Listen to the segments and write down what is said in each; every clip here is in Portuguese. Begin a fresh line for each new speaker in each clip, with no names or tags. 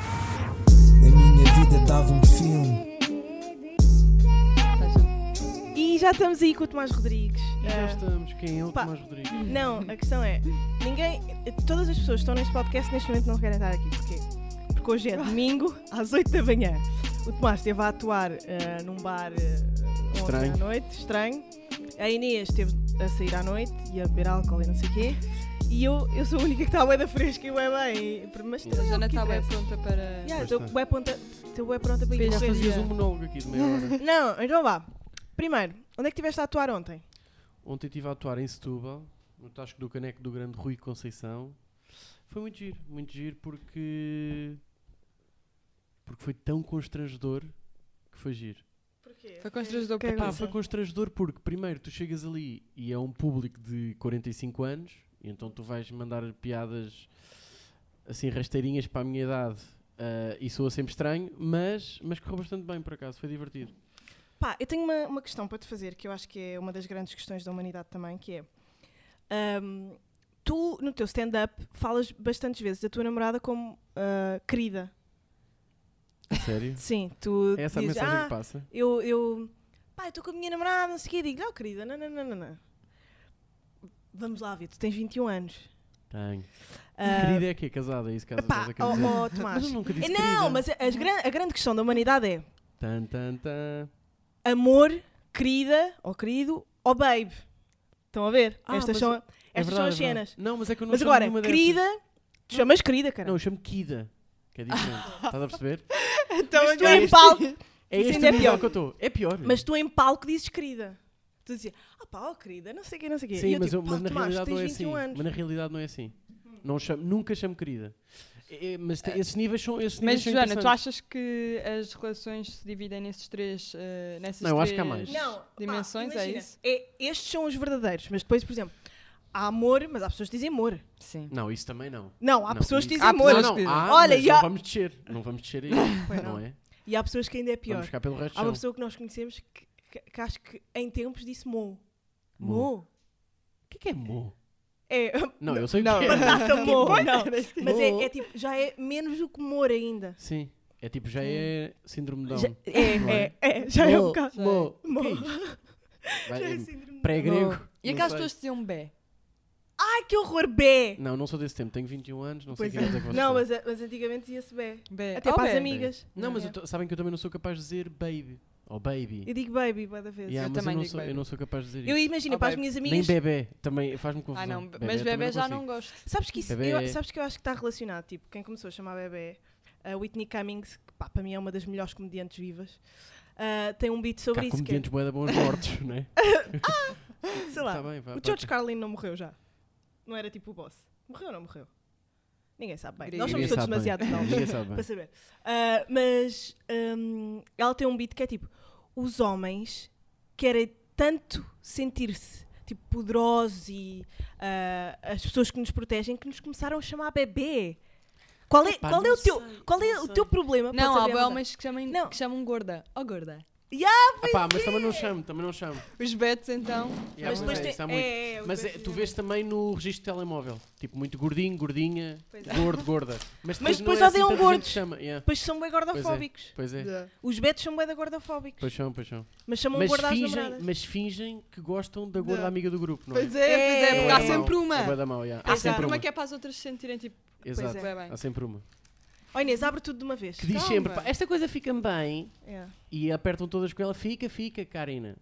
A minha vida dava um filme.
E já estamos aí com o Tomás Rodrigues.
E já
Ah,
estamos, quem é o
Pá.
Tomás Rodrigues?
Não, a questão é, ninguém, todas as pessoas que estão neste podcast neste momento não querem estar aqui. Porquê? Porque hoje é domingo, às 8 da manhã. O Tomás esteve a atuar ah, num bar ah, ontem
Estranho.
à noite, estranho. A Inês esteve a sair à noite e a beber álcool e não sei o quê. E eu, eu sou a única que está bué da fresca e bué bem. Mas
A
também é o
Jana
que
está bem
interessa.
pronta para.
Yeah,
Pois
estou
está.
bué pronta- estou bué pronta para ir
Filha,
Já
correr.
fazias um monólogo aqui de meia hora.
Não, então vá. Primeiro, onde é que estiveste a atuar ontem?
Ontem estive a atuar em Setúbal, no Tasco do Caneco do grande Rui Conceição. Foi muito giro, muito giro porque. Porque foi tão constrangedor que foi giro.
Porquê?
Foi constrangedor
Que
para
Pá,
Sim.
foi constrangedor porque, primeiro, tu chegas ali e é um público de 45 anos, e então tu vais mandar piadas assim rasteirinhas para a minha idade ah, e soa sempre estranho, mas, mas correu bastante bem por acaso, foi divertido.
Pá, eu tenho uma, uma questão para te fazer que eu acho que é uma das grandes questões da humanidade também, que é ahm, tu no teu stand-up falas bastantes vezes da tua namorada como ah, querida.
Sério?
Sim, tu
É essa a
dizes,
mensagem
"Ah,
que passa?
eu, eu pá, eu estou com a minha namorada, não sei o quê, digo, não, querida, não, não, não, não, não. Vamos lá, Vitor, tu tens 21 anos.
Tenho.
Ah,
querida é que é casada, é isso que
Pá,
estás a querer
ó,
dizer.
ó,
Mas eu
Tomás.
nunca disse
Não,
querida.
mas a, as gran- a grande questão da humanidade é
Tan, tan, tan.
amor, querida ou querido ou babe. Estão a ver?
Ah,
estas
mas
são,
É
estas
verdade,
são
é
as
verdade.
cenas.
Não, mas é que eu não
Mas
chamo
agora,
nenhuma dessas.
querida, tu chamas querida, cara.
Não, eu chamo Kida, que é diferente. estás a perceber?
Então,
mas tu em palco,
É
Isso
este
ainda é
nível
pior.
que eu estou. É pior.
mas tu em palco dizes querida. Tu dizes, ah pá, ó querida, não sei o quê, não sei o quê. E
Sim, mas,
tipo,
eu-
pá,
mas na
Tomás,
realidade não é
tens
assim.
21 anos.
Mas na realidade não é assim. Não chamo- nunca chamo querida. É, é,
Ah.
mas te- esses níveis são. Esses
Mas
níveis são
Joana, tu
interessantes.
achas que as relações se dividem nesses três, eh, nessas
Não, eu acho que há
três
mais.
Não, pá,
dimensões? é
imagina,
isso?
é- estes são os verdadeiros, mas depois, por exemplo, há amor, mas há pessoas que dizem amor.
Sim.
Não, isso também não.
Não, há
Não,
pessoas que
isso-
dizem
Há
amor.
pessoas
não,
que
não,
dizem.
há,
Olha,
mas
e
não
há-
vamos descer. Não vamos descer aí.
Pois
não
não.
é?
E há pessoas que ainda é pior.
Vamos ficar pelo resto
Há uma
do chão.
pessoa que nós conhecemos que, que, que acho que em tempos disse mo.
Mo.
Mo?
O que é que é mo?
É,
Não, eu sei o
Não,
que é.
batata mo. Não. Mas é,
Mo.
é tipo, já é menos do que mor ainda.
Sim. É tipo, já é síndrome de Down.
Já-
Não é?
é, é, é, já é um
Mo,
bocado.
Mo.
Mo.
O que é isto? Vai,
Já é
é
síndrome de
Pré-grego.
Bom, E
não
aquelas
sei.
pessoas que diziam bé?
Ai, que horror, bé!
Não, não sou desse tempo. Tenho 21 anos, não sei
Pois
o que é que
é.
vocês
Não,
são. É.
mas, mas antigamente dizia-se bé.
Bé.
Até
Oh,
para as
bé.
amigas. É.
Não, mas eu
Yeah.
tô- sabem que eu também não sou capaz de dizer baby. Ou baby.
Eu digo baby, bué da vez.
Yeah,
Eu
mas
também
eu não,
digo
sou, eu
bebê.
não sou capaz de dizer
Eu
isso.
imagino,
Oh,
para as
baby.
minhas
Nem
amigas.
bebê, também faz-me confusão.
Ah, não,
Bebé
mas
também
bebê já
consigo.
não gosto.
Sabes que, isso,
Bebé
eu-
é-
sabes que eu acho que está relacionado? Tipo, quem começou a chamar bebê, a Whitney Cummings, que pá, para mim é uma das melhores comediantes vivas, ah, tem um beat sobre
Cá,
isso. que é-
comediantes boeda bons mortos, não é?
sei lá.
Tá bem, vá,
o George Carlin não morreu já. Não era tipo o boss. Morreu ou não morreu? Ninguém sabe bem.
Ninguém
Nós somos todos demasiado novos.
né? Ninguém sabe
para
bem.
saber. Ah, mas hum, ela tem um beat que é tipo: os homens querem tanto sentir-se tipo poderosos e ah, as pessoas que nos protegem que nos começaram a chamar bebê. Qual é,
Epá,
qual é
não
o teu,
sei,
qual é
não
o
sei.
teu problema? Pode
Não,
ser
há
Amanda.
bué homens que chamam,
Não.
que chamam gorda. Oh, gorda.
Ah, pá, mas também não chamo, também não chamo.
Os betos, então.
Yeah,
Mas depois
é,
tem-
isso há
é,
muito.
é, é,
Mas
depois
é, tu
é.
vês também no registro de telemóvel. Tipo, muito gordinho, gordinha, gordo, gorda. Mas depois,
é. Mas depois
não é assim
odeiam
tanta gente
gordos.
que Chama. Yeah.
Depois são bem gordofóbicos.
Pois é,
Os betos são bem da gordofóbicos.
pois são, pois são.
Mas chamam
Mas
gorda às
fingem,
namoradas.
mas fingem que gostam da gorda
Yeah.
amiga do grupo, não é?
Pois é, pois é,
É.
porque há sempre uma.
da mal, yeah.
Há
Há
Pois é.
sempre
sempre
uma
uma.
que é para as outras se sentirem tipo.
Exato.
Pois é, bem.
Há sempre uma.
Oh Inês, abre tudo de uma vez.
Que diz
Calma.
sempre, "Pá, esta coisa fica-me bem.
É.
E apertam todas com ela, fica, fica, Karina.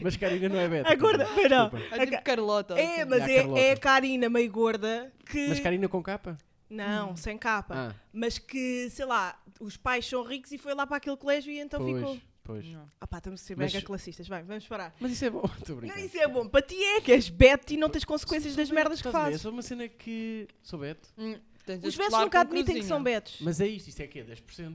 Mas Karina não é beta.
A gorda,
pá.
pois não.
Desculpa.
É tipo Carlota.
É,
assim.
mas
E a
é,
Carlota?
é a Karina meio gorda que.
Mas Karina com capa?
Não, sem capa.
Ah,
mas que, sei lá, os pais são ricos e foi lá para aquele colégio e então ficou.
pois, pois.
Não.
Ah pá, estamos a ser
Mas-
mega classistas, vai, vamos parar.
Mas isso é bom. Estou
Não,
brincando.
isso é bom, para ti é que és beto e não tens consequências das merdas que
Estás a ver? É
fazes.
só uma cena que sou beto.
Hum, tens de
Os betos
pular
nunca
com
admitem que
cruzinha.
são betos.
Mas é isto, isto é que é 10%.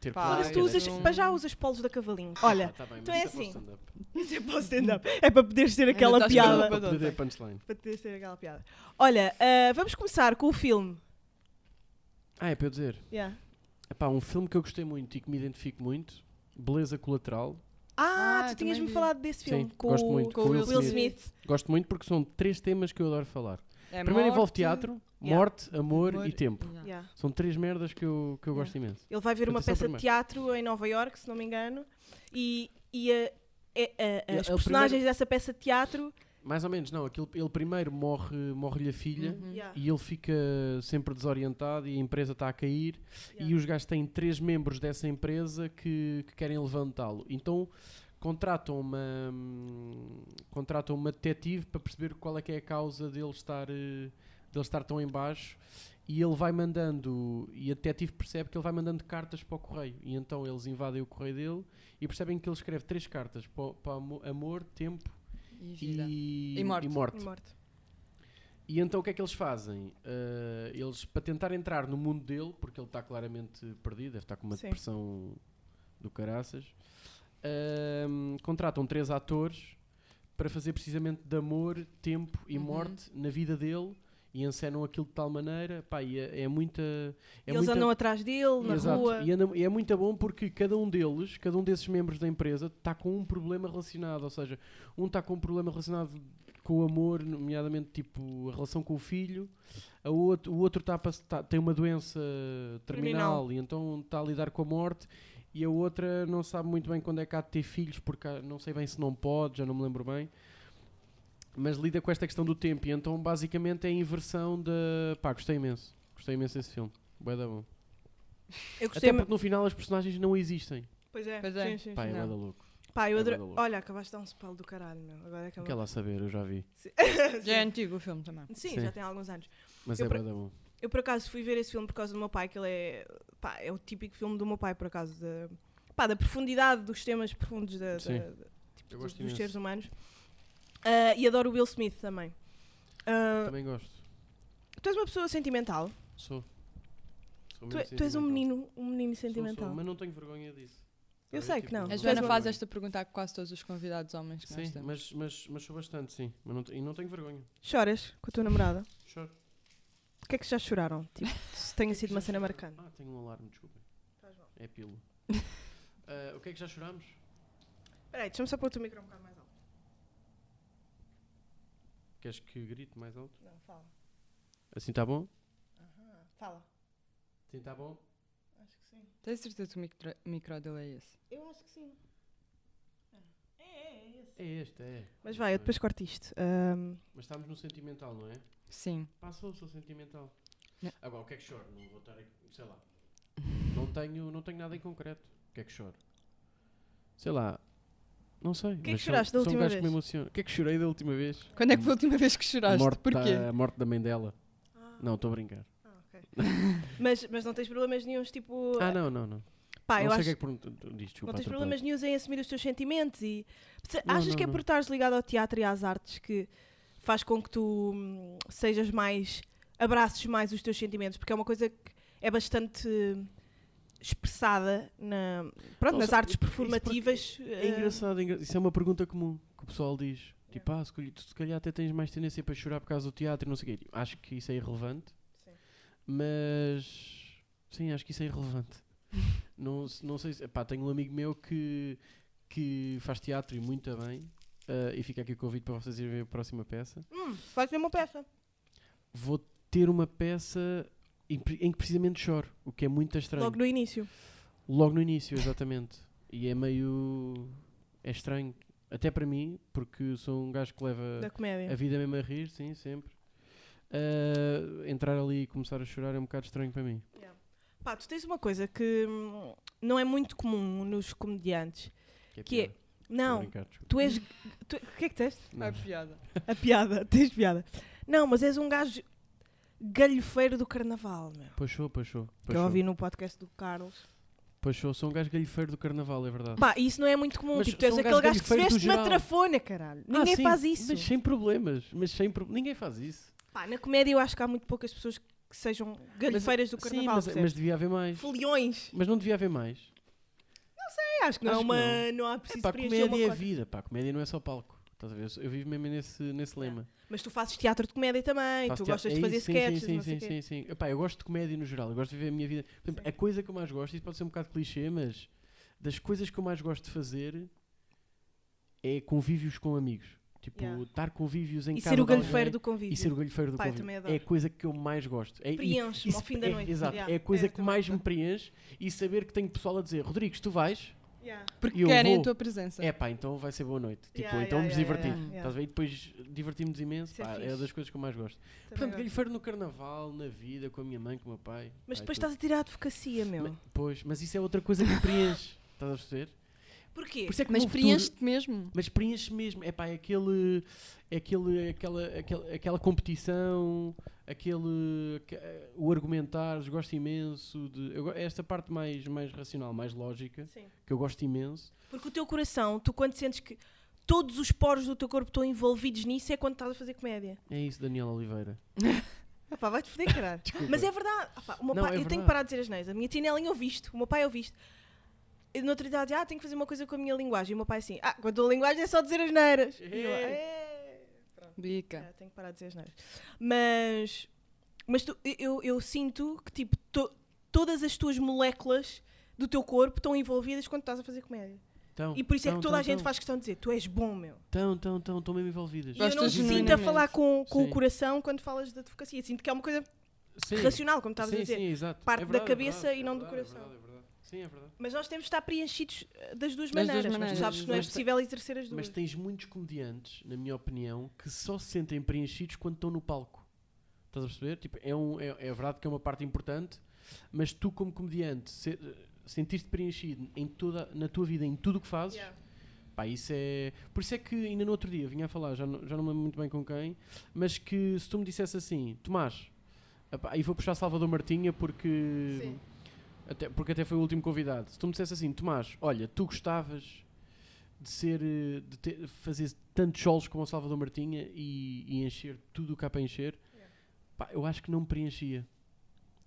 Ter
Pá,
colagem
Foda-se,
é
tu
eu
10%.
usas,
não-
para já usas polos da cavalinho. Olha,
Ah, tá bem,
então
mas
é
isso para o
assim.
stand-up. é
isso é para o stand-up. É para poderes ter aquela
estás com
piada.
roupa.
Para poder ter punchline.
Para poderes ter aquela piada. Olha, ah, vamos começar com o filme.
Ah, é para eu dizer.
Yeah.
Epá, um filme que eu gostei muito e que me identifico muito, Beleza Colateral,
Ah,
Ah,
tu
eu
tinhas-me
também vi.
falado desse filme
Sim,
com,
gosto
o-
muito.
com
com
o
o
Will
Will
Smith.
Gosto muito porque são três temas que eu adoro falar.
É
Primeiro envolve
morte,
teatro,
Yeah.
morte, amor, e
amor,
tempo.
yeah.
Yeah.
São três merdas que eu, que eu gosto imenso.
Ele vai ver uma
Portanto, esse é o
peça de
primeiro.
teatro em Nova York, se não me engano, e, e a- é- a-
É-
as
é o
personagens dessa peça de teatro.
Mais ou menos, não. Aquilo, ele primeiro morre, morre-lhe a filha
Uhum.
Yeah.
e ele fica sempre desorientado e a empresa está a cair e
Yeah.
os gajos têm três membros dessa empresa que, que querem levantá-lo. Então contratam uma hum, contratam uma detetive para perceber qual é que é a causa dele estar eh, dele estar tão em baixo e ele vai mandando e a detetive percebe que ele vai mandando cartas para o correio e então eles invadem o correio dele e percebem que ele escreve três cartas para, o- para amo- amor, tempo
E vida.
e,
E morte.
e
E morte.
e então o que é que eles fazem? Ah, eles, para tentar entrar no mundo dele, porque ele está claramente perdido, deve estar com uma
Sim.
depressão do caraças, ahm, contratam três atores para fazer precisamente de amor, tempo e
Uhum.
morte na vida dele e encenam aquilo de tal maneira. Pá, e é, é muita. É
Eles
muita...
andam atrás dele, na
Exato.
rua.
E andam- e é muito bom porque cada um deles, cada um desses membros da empresa, está com um problema relacionado. Ou seja, um está com um problema relacionado com o amor, nomeadamente tipo a relação com o filho, a outro, o outro está a pass- está- tem uma doença terminal e então está a lidar com a morte. E a outra não sabe muito bem quando é que há de ter filhos, porque há- não sei bem se não pode, já não me lembro bem. Mas lida com esta questão do tempo, e então basicamente é a inversão da. Pá, gostei imenso. Gostei imenso desse filme. Bué da bom.
Eu gostei.
é Até porque no final as personagens não existem.
Pois é,
Pois é.
sim, sim,
Pá, é
sim.
Não.
nada louco.
Pá, eu
é
adoro-
bué da louco.
Olha, acabaste de dar um spell do caralho, meu. Agora é que eu-
Quer lá saber, eu já vi.
Já é antigo o filme também.
Sim,
Sim.
já tem alguns anos.
Mas
Eu
é
por-
bué da bom.
Eu por acaso fui ver esse filme por causa do meu pai, que ele é. pá, é o típico filme do meu pai, por acaso. Da, pá, da profundidade dos temas profundos da, da-
Sim.
da- tipo,
Eu
dos,
gosto
dos
imenso.
seres humanos. Ah, e adoro o Will Smith também. Ah,
Também gosto.
tu és uma pessoa sentimental.
Sou. Sou
Tu,
mesmo
é- tu és um
sentimental.
menino, um menino
Sou,
sentimental.
sou, mas não tenho vergonha disso.
Eu
Sabe,
sei
tipo,
que não.
A
Mas
Joana
não-
faz esta pergunta a quase todos os convidados homens que nós
Sim,
temos.
mas, mas, mas sou bastante, sim. Mas não te- e não tenho vergonha.
Choras com a tua namorada?
Choro.
O que é que já choraram? Tipo, se tenha sido uma cena marcante.
Ah, tenho um alarme, desculpem. É pílula. Ah, o que é que já chorámos?
Peraí, deixa-me só pôr o teu micro um bocado mais alto.
Queres que grite mais alto?
Não, fala.
Assim está bom?
Fala.
Assim está bom?
Acho que sim.
Tens certeza que o micro, micro dele é esse?
Eu acho que sim. É, é, é esse.
É este, é.
Mas vai, eu depois corto isto. Ah, Ahm,
Mas estamos no sentimental, não é?
Sim.
Passou, sou sentimental.
Não.
Agora, o que é que choro? Não vou estar aqui, sei lá. Não tenho, não tenho nada em concreto. O que é que choro? Sei lá. Não sei.
que é
mas
que
são-
choraste da
são
última
gajos
vez?
Que me emocionam. O que é que chorei da última vez?
Quando é que foi a última vez que
a
choraste?
morte,
Porquê?
Da, a morte da mãe dela.
Ah.
Não, estou a brincar.
mas, mas não tens problemas nenhums, tipo.
Ah, não, não, não.
Pá,
não
eu
sei o
acho
que é que pergunto. Diz, desculpa,
não tens
atropelei.
problemas nenhums em assumir os teus sentimentos e Se-
Não,
achas
não,
que é
não.
por estares ligado ao teatro e às artes que faz com que tu hum, sejas mais abraças mais os teus sentimentos porque é uma coisa que é bastante hum, expressada na pronto, nas
Nossa,
artes
isso porque-
performativas
É
eh,
engraçado, é engra- isso é uma pergunta comum que o pessoal diz. Tipo, ah, se calhar- tu se calhar até tens mais tendência para chorar por causa do teatro e não sei o quê. Tipo, Acho que isso é irrelevante. Mas sim, acho que isso é irrelevante. não, se- não sei se. Pá, tenho um amigo meu que, que faz teatro e muito bem. ah, e fica aqui o convite para vocês irem ver a próxima peça.
Hum, faz ver uma peça
Vou ter uma peça em, pre- em que precisamente choro, o que é muito estranho.
logo no início
Logo no início, exatamente. e é meio. É estranho. Até para mim, porque sou um gajo que
da
leva a
comédia
vida mesmo a rir, sim, sempre. Ah, entrar ali e começar a chorar é um bocado estranho para mim.
Pá, tu tens uma coisa que hum, não é muito comum nos comediantes Que é-
piada. Estou a
não
brincar, desculpa.
tu és tu, o que é que tens
Não. É piada.
A piada, tens piada. Não, mas és um gajo galhofeiro do carnaval, meu.
Puxou, puxou.
Que eu ouvi no podcast do Carlos.
Puxou, sou um gajo galhofeiro do carnaval, é verdade.
Pá, isso não é muito comum.
Mas
tipo, tu és
sou um
aquele
gajo
gajo que se
galhofeiro do
veste uma
geral.
trafona, caralho.
Ah,
Ninguém
sim,
faz isso.
Mas sem problemas, mas sem pro- ninguém faz isso.
Pá, na comédia eu acho que há muito poucas pessoas que sejam galhofeiras do
Sim,
carnaval.
mas,
percebes?
mas devia haver mais.
Foliões.
Mas não devia haver mais.
É, acho que não,
Acho
é
que
uma, não. há preciso
Pá,
preencher uma
comédia é
cota.
vida, pá, comédia não é só palco. Estás a ver? Eu vivo mesmo nesse, nesse
Yeah.
lema.
Mas tu fazes teatro de comédia também.
Faço
tu
teatro-
gostas
é
de fazer
isso, sim,
sketches.
Sim,
não
sim,
sei
sim,
quê.
sim, sim. Epá, eu gosto de comédia no geral, eu gosto de viver a minha vida. Por exemplo,
Sim.
a coisa que eu mais gosto, isto pode ser um bocado clichê, mas das coisas que eu mais gosto de fazer é convívios com amigos. Tipo,
Yeah.
estar convívios em
E
casa.
ser o
de alguém
galhofeiro do convívio.
é? E ser o galhofeiro do
Pá, eu também
convívio.
adoro.
É a coisa que eu mais gosto. É, e-
Preenche-me
isso-
ao fim da
é-
noite.
Exato.
Yeah.
É a coisa
É,
que
também
mais me
adoro.
preenche e saber que tenho pessoal a dizer: Rodrigues, tu vais?
Yeah.
Porque
Querem a tua presença.
É pá, então vai ser boa noite. Tipo,
Yeah,
então
yeah,
vamos
yeah,
divertir.
yeah, yeah.
Estás a ver? E depois divertimos imenso.
Isso é
Pá, é
fixe.
das coisas que eu mais gosto.
Também
Portanto,
gosto.
galhofeiro no carnaval, na vida, com a minha mãe, com o meu pai.
Mas depois
Ai, tudo.
estás a tirar a advocacia, meu.
Ma- Pois, mas isso é outra coisa que me preenche. Estás a perceber?
Porquê?
Por isso é que
Mas
no futuro-
preenche-te mesmo.
Mas preenche mesmo. É pá, é aquele, é aquele, aquela, aquela, aquela competição, aquele, aque- o argumentar, gosto imenso. De, eu go- é esta parte mais, mais racional, mais lógica,
Sim.
que eu gosto imenso.
Porque o teu coração, tu quando sentes que todos os poros do teu corpo estão envolvidos nisso, é quando estás a fazer comédia.
É isso, Daniela Oliveira.
Ah pá, vai-te foder, caralho.
Desculpa.
Mas é verdade. Ah pá, o meu
Não,
pai- eu
é
tenho
verdade.
que parar de dizer as neiras. A minha tinelinha eu visto, o meu pai eu visto. E No outro dia ela dizia, ah, tenho que fazer uma coisa com a minha linguagem. E o meu pai assim, ah, quando a linguagem é só dizer as neiras. E eu,
É.
"É."
Dica.
É, tenho que parar de dizer as neiras. Mas, mas tu- eu, eu sinto que tipo, to- todas as tuas moléculas do teu corpo estão envolvidas quando estás a fazer comédia.
Então,
E por isso é
então,
que toda a
então,
gente
então.
faz questão de dizer, tu és bom, meu.
Estão, estão, estão, estão mesmo envolvidas.
E eu não
Gostas
me sinto a
genuinamente.
falar com, com o
Sim.
coração quando falas de advocacia. Sinto que é uma coisa
Sim.
racional, como estavas
sim,
a dizer.
Sim, exato.
Parte
É
da
verdade, é
cabeça
verdade,
e
é
não do
verdade, é
coração.
verdade, é verdade. Sim, é verdade.
Mas nós temos de estar preenchidos eh, das duas
Das duas
maneiras, mas
maneiras.
tu sabes que não é
Mas te-
possível exercer as duas.
Mas tens muitos comediantes, na minha opinião, que só se sentem preenchidos quando estão no palco. Estás a perceber? Tipo, é, um, é, é verdade que é uma parte importante, mas tu, como comediante, se, sentir-te preenchido em toda, na tua vida, em tudo o que fazes,
Yeah.
pá, isso é. Por isso é que ainda no outro dia vinha a falar, já não, já não me lembro muito bem com quem, mas que se tu me dissesse assim, Tomás, epá, e vou puxar Salvador Martinha porque.
Sim.
Até, porque até foi o último convidado. Se tu me dissesse assim, Tomás, olha, tu gostavas de ser eh, de ter- fazer tantos solos como o Salvador Martinha e, e encher tudo o que há para encher,
Yeah.
pá, eu acho que não me preenchia.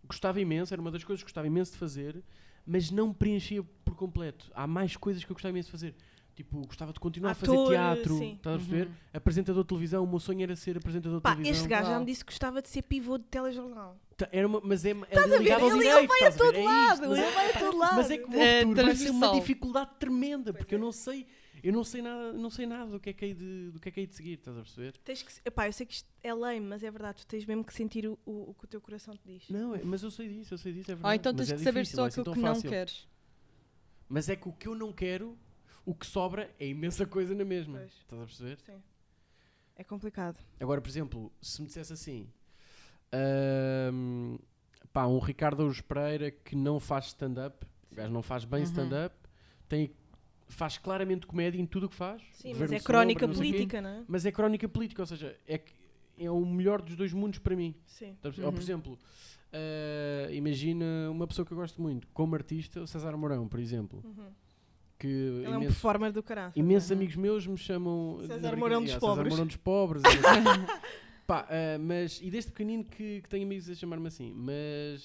Gostava imenso, era uma das coisas que gostava imenso de fazer, mas não me preenchia por completo. Há mais coisas que eu gostava imenso de fazer. Tipo, gostava de continuar a
Ator,
fazer teatro,
sim.
estás a perceber?
Uhum.
Apresentador de televisão, o meu sonho era ser apresentador de
Pá,
televisão.
este gajo já
Uau.
me disse que gostava de ser pivô de telejornal.
Ta- Era uma, mas é, é
a ver?
ligado ao
Ele- ele
direito,
vai a
estás ver?
todo
É isto,
lado,
mas é-
ele vai a todo lado. é.
mas é que o meu
É,
futuro vai ser uma
transversal.
dificuldade tremenda, porque eu não sei, eu não sei nada, não sei nada do que é que hei de, do que é que hei de seguir, estás a perceber?
Tens que, se- epá, eu sei que isto é lame, mas é verdade, tu tens mesmo que sentir o, o- o que o teu coração te diz.
Não, é- mas eu sei disso, eu sei disso, é verdade.
Ah, então
mas
tens
é
que saber
difícil,
só
é assim
aquilo
tão
que não
fácil.
queres.
Mas é que o que eu não quero, o que sobra é imensa coisa na mesma.
Pois.
Estás a perceber?
Sim. É complicado.
Agora, por exemplo, se me dissesse assim, ahm, pá, um Ricardo Aros Pereira que não faz stand-up, o gajo não faz bem
Uhum.
stand-up, tem, faz claramente comédia em tudo o que faz.
Sim, mas
governo
é
sombra,
crónica
não sei o quê.
política, não é?
mas é crónica política, ou seja, é, que é o melhor dos dois mundos para mim.
Sim.
Tá a perce- Ou, por
Uhum.
exemplo, eh, imagina uma pessoa que eu gosto muito, como artista, o César Mourão, por exemplo,
Uhum.
que
Ele é um
imenso-
performer do caralho.
imensos amigos meus me chamam
César
na brincadeira,
Mourão dos
"Ah, César
pobres."
Mourão dos pobres. e não sei o quê. Pá, eh, mas, e desde pequenino que, que tenho amigos a chamar-me assim, mas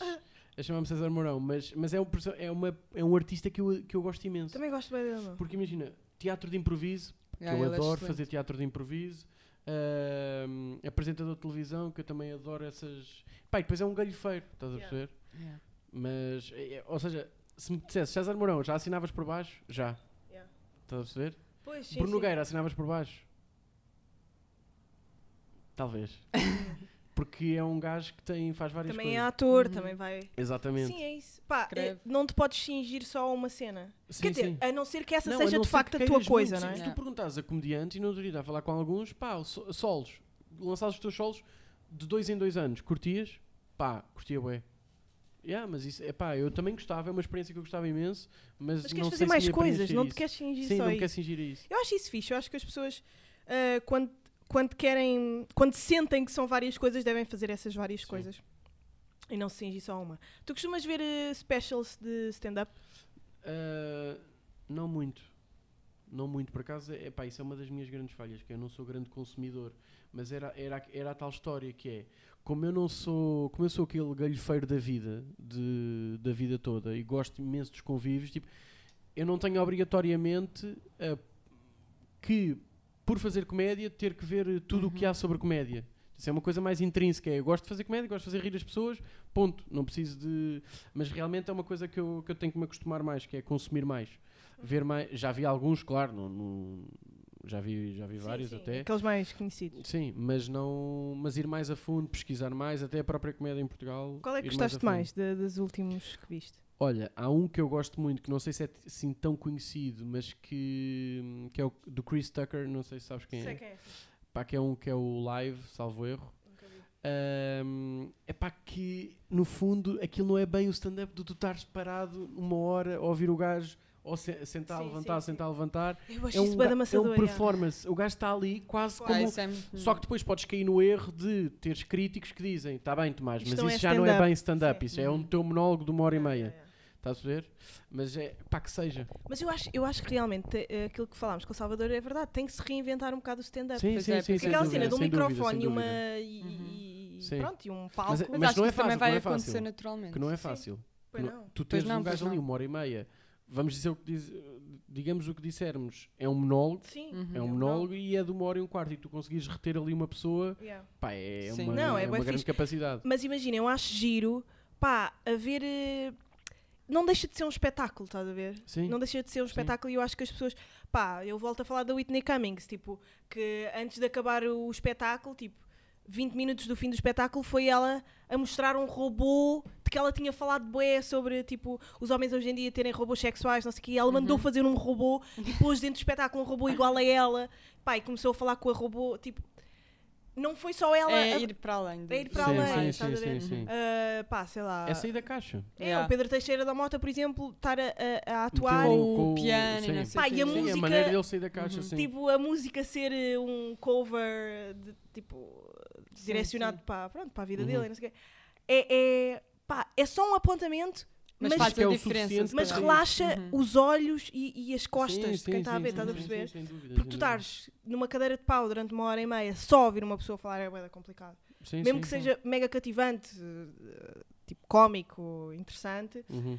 a chamar-me César Mourão, mas, mas é, um, perso- é, uma, é um artista que eu, que eu gosto imenso.
É. Também gosto bem dele. não?
Porque imagina, teatro de improviso, que
Ah,
eu
ele é
adoro
excelente.
fazer teatro de improviso. ahm, apresentador de televisão, que eu também adoro essas. Pá, e depois é um galhofeiro, estás a
Yeah.
perceber?
Yeah.
Mas, é- é- ou seja, se me dissesse César Mourão, já assinavas por baixo? Já.
Yeah.
Estás a perceber?
Pois, sim,
Bruno
sim.
Nogueira, assinavas por baixo? Talvez. Porque é um gajo que tem, faz várias
Também é
coisas.
ator,
Uhum.
também vai.
Exatamente.
Sim, é isso. Pá,
Escreve.
eh, não te podes fingir só a uma cena.
Sim,
Quer dizer,
sim.
a não ser que essa
Não, a
seja
não
de
ser que
facto a tua
queiras
coisa,
muito.
não é?
Sim, Se
Yeah.
tu perguntas a comediante, e no outro dia estava a falar com alguns, pá, o so- solos, lançares os teus solos de dois em dois anos, curtias? Pá, curtia bué. Yeah, mas isso, é pá, eu também gostava, é uma experiência que eu gostava imenso, mas,
Mas
não
queres
sei
fazer
se
mais
me ia
coisas,
preencher
não
isso.
te queres fingir
Sim,
só
não me
isso.
queres fingir a isso.
Eu acho isso fixe, eu acho que as pessoas ah, quando, quando querem, quando sentem que são várias coisas, devem fazer essas várias
Sim.
coisas. E não se fingir só a uma. Tu costumas ver eh, specials de stand-up?
Ah, não muito. Não muito, por acaso, é pá, isso é uma das minhas grandes falhas, que eu não sou grande consumidor, mas era, era, era a tal história que é, como eu não sou, como eu sou aquele galhofeiro da vida, de, da vida toda, e gosto imenso dos convívios, tipo, eu não tenho obrigatoriamente ah, que, por fazer comédia, ter que ver eh, tudo o que
Uhum.
há sobre comédia. Isso é uma coisa mais intrínseca, é, eu gosto de fazer comédia, gosto de fazer rir as pessoas, ponto, não preciso de mas realmente é uma coisa que
Uhum.
eu, que eu tenho que me acostumar mais, que é consumir mais. Ver mais. Já vi alguns, claro, não, não, já vi, já vi
Sim,
vários
sim,
até.
Aqueles mais conhecidos.
Sim, mas não. Mas ir mais a fundo, pesquisar mais, até a própria comédia em Portugal.
Qual é que
ir a
gostaste
fundo.
mais de- dos últimos que viste?
Olha, há um que eu gosto muito, que não sei se é t- assim tão conhecido, mas que, que é o do Chris Tucker, não sei se sabes quem é.
é.
Pá, que é um que é o live, salvo erro. Ahm, é pá, que no fundo aquilo não é bem o stand-up do tu estares parado uma hora a ouvir o gajo ou se- sentar,
Sim,
levantar,
sim,
sentar, levantar.
Eu acho
É um,
isso bem
ga- é
amassador.
um performance. O gajo está ali quase
Ah,
como.
isso é muito-
Só que depois podes cair no erro de teres críticos que dizem: está bem, Tomás,
Isto
mas
não é
isso já não é
stand-up."
bem stand-up,
Sim.
isso é um teu monólogo de uma hora e meia.
é.
Estás a ver? Mas é pá, que seja.
Mas eu acho, eu acho que realmente eh, aquilo que falámos com o Salvador é verdade. Tem que se reinventar um bocado o stand-up.
Sim,
pois
sim, sim.
é, porque
Porque
sem
aquela
dúvida,
cena de um
sem dúvida,
microfone
sem
e uma.
dúvida.
e- e-
Sim.
pronto, e um palco.
Mas-
Mas,
mas
acho
não
que
é
isso também
fácil,
vai
não é
acontecer
fácil.
naturalmente.
Que não é
Sim.
fácil.
Pois
Não-
não.
Tu tens
não,
um
pois
gajo ali
não.
uma hora e meia. Vamos dizer o que diz, digamos o que dissermos. É um monólogo,
Sim.
Uhum.
é um monólogo e é de uma hora e um quarto. E tu conseguires reter ali uma pessoa,
Yeah.
pá, é
Sim.
uma,
Não, é
é
bué
uma grande
fixe.
capacidade.
Mas imagina, eu acho giro, pá, haver. eh, Não deixa de ser um espetáculo, estás a ver?
Sim.
Não deixa de ser um espetáculo e eu acho que as pessoas. Pá, eu volto a falar da Whitney Cummings, tipo, que antes de acabar o espetáculo, tipo, 20 minutos do fim do espetáculo foi ela a mostrar um robô de que ela tinha falado bué sobre, tipo, os homens hoje em dia terem robôs sexuais, não sei o quê. e Ela
Uhum.
mandou fazer um robô e pôs dentro do espetáculo um robô igual a ela. Pá, e começou a falar com a robô, tipo. Não foi só ela a-
É ir para além.
é ir para
sim,
além,
sim,
estás
sim,
a ver?
sim, sim.
Uh, pá, sei lá.
É sair da caixa.
É,
Yeah.
o Pedro Teixeira da Mota, por exemplo, estar a, a- a atuar.
Meteu
o piano e não sei
Pá,
o
e a
quê.
Sim,
música-
a maneira dele sair da caixa, sim.
Tipo, a música ser eh, um cover de, tipo,
Sim,
direcionado
sim.
Para, pronto, para a vida
Uhum.
dele e não sei o quê. É, é, pá, é só um apontamento,
Mas,
Mas-
faz
Que é
a
o
diferença.
suficiente
se
mas
Sim.
calhar.
relaxa
Uhum.
os olhos e, e as costas
Sim,
de quem
sim,
está a
sim,
ver,
sim,
estás a
sim,
perceber?
sim, sem dúvida,
Porque tu
sem dúvida.
estares numa cadeira de pau durante uma hora e meia só a ouvir uma pessoa falar é bué da complicado.
Sim,
Mesmo
sim,
que
sim.
seja mega cativante, eh, tipo cómico, interessante,
Uhum.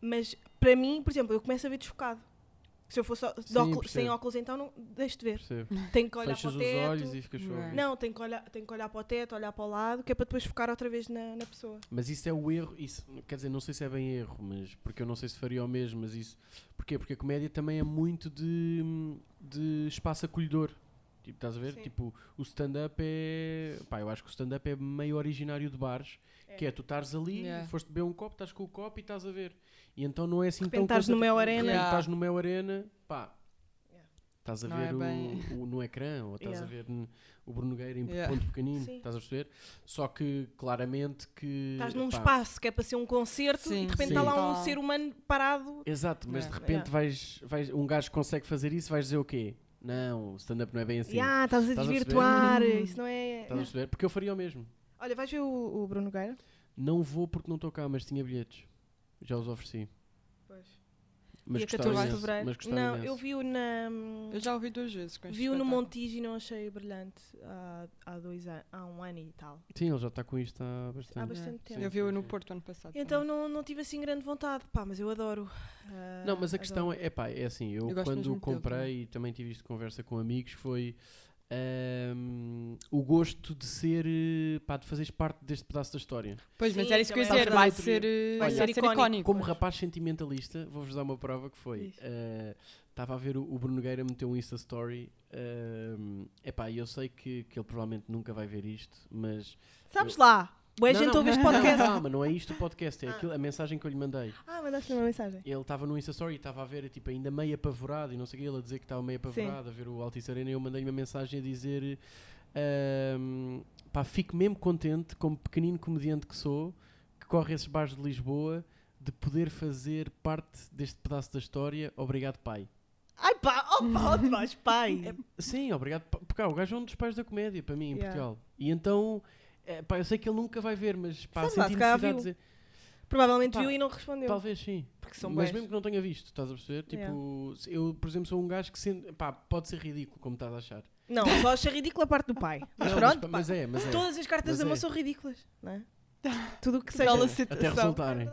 Mas para mim, por exemplo, eu começo a ver desfocado. Se eu fosse só- de
Sim,
óculo-
percebo.
sem óculos, então não deixo de ver.
Percebo.
Tenho que olhar
Fechas
para
os
o teto.
olhos e ficas só. a
Não é?
ouvir.
Não, tenho que, olhar, tenho que olhar para o teto, olhar para o lado, que é para depois focar outra vez na, na pessoa.
Mas isso é o erro, isso, quer dizer, não sei se é bem erro, mas porque eu não sei se faria o mesmo, mas isso. Porquê? Porque a comédia também é muito de, de espaço acolhedor. Tipo, estás a ver?
Sim.
Tipo, o stand-up é. Pá, eu acho que o stand-up é meio originário de bares,
É.
que é tu estares ali,
Yeah.
foste beber um copo, estás com o copo e estás a ver. E então não é assim
repente
tão.
estás no Mel
concentra- de
Arena.
repente
Yeah.
Estás no Mel Arena, pá.
Yeah.
Estás a
Não
ver
é
o,
bem-
o- no ecrã, ou estás
Yeah.
a ver n- o Bruno Nogueira em
Yeah.
ponto pequenino,
Sim.
estás a perceber? Só que claramente que.
Estás num
pá,
espaço que é para ser um concerto e
Sim,
de repente
sim.
está lá
Tá
um
lá.
ser humano parado.
Exato, mas
É.
de repente vais, vais, um gajo consegue fazer isso, vais dizer o quê? Não, o stand-up não é bem assim.
E ah, estás a
Estás a perceber?
desvirtuar.
Uhum.
isso não é.
Estás a perceber? Porque eu faria o mesmo.
Olha, vais ver o, o Bruno Gueira?
Não vou porque não estou cá, mas tinha bilhetes. Já os ofereci.
Pois.
Mas
Dia 14
gostava
de
imenso,
fevereiro.
Mas gostava
não,
imenso.
eu vi-o na.
Eu já ouvi duas vezes. com este
Vi-o no
espetáculo.
Montijo e não achei brilhante há, há dois anos, há um ano e tal.
Sim, ele já está com isto há bastante.
Há bastante tempo.
Eu vi-o no Porto ano passado.
Então não, não tive assim grande vontade, pá, mas eu adoro. ah,
Não, mas a
adoro.
questão é, pá, é assim, eu,
Eu gosto mesmo
quando
muito dele
comprei e também tive isto de conversa com amigos, foi ahm, o gosto de ser, eh, pá, de fazeres parte deste pedaço da história.
Pois, mas
Sim,
era isso que eu ia
também
dizer.
é
Vai
verdade.
ser, eh, vai
Olha,
ser
icónico.
icónico.
Como rapaz sentimentalista, vou-vos dar uma prova que foi.
Diz.
eh, Estava a ver o, o Bruno Gueira meteu um Insta Story. ehm, epá, eu sei que, que ele provavelmente nunca vai ver isto, mas.
Sabes lá, boa
é- Não,
gente
não,
ouve este
não,
podcast.
calma, não é isto o podcast, é aquilo- a mensagem que eu lhe mandei.
Ah, mandaste-me uma mensagem.
Ele estava no Insta Story e estava a ver, tipo, ainda meio apavorado e não sei o que, ele a dizer que estava meio apavorado, a ver o Altice Arena e eu mandei-lhe uma mensagem a dizer: ehm, pá, fico mesmo contente, como pequenino comediante que sou, que corre esses bares de Lisboa, de poder fazer parte deste pedaço da história. Obrigado, pai.
Ai pá, oh pá, onde vais, pai?
É- Sim, obrigado. pa- Porque ah, o gajo é um dos pais da comédia para mim em
Yeah.
Portugal. E então, eh, pá, eu sei que ele nunca vai ver, mas pá,
Sabe lá,
senti
se calhar
necessidade de
viu.
dizer.
Provavelmente
Pá,
viu e não respondeu.
Talvez sim.
Porque são
mas
boas.
mesmo que não tenha visto, estás a perceber? Tipo, se- eu, por exemplo, sou um gajo que sente, pá, pode ser ridículo, como estás a achar.
Não, só acha ridícula a parte do pai. Mas
Não,
pronto,
mas,
pá,
mas é, mas é.
todas as cartas
mas
de amor
é.
são ridículas, não é? Tudo o que seja.
Bela
Até
situação.
resultarem.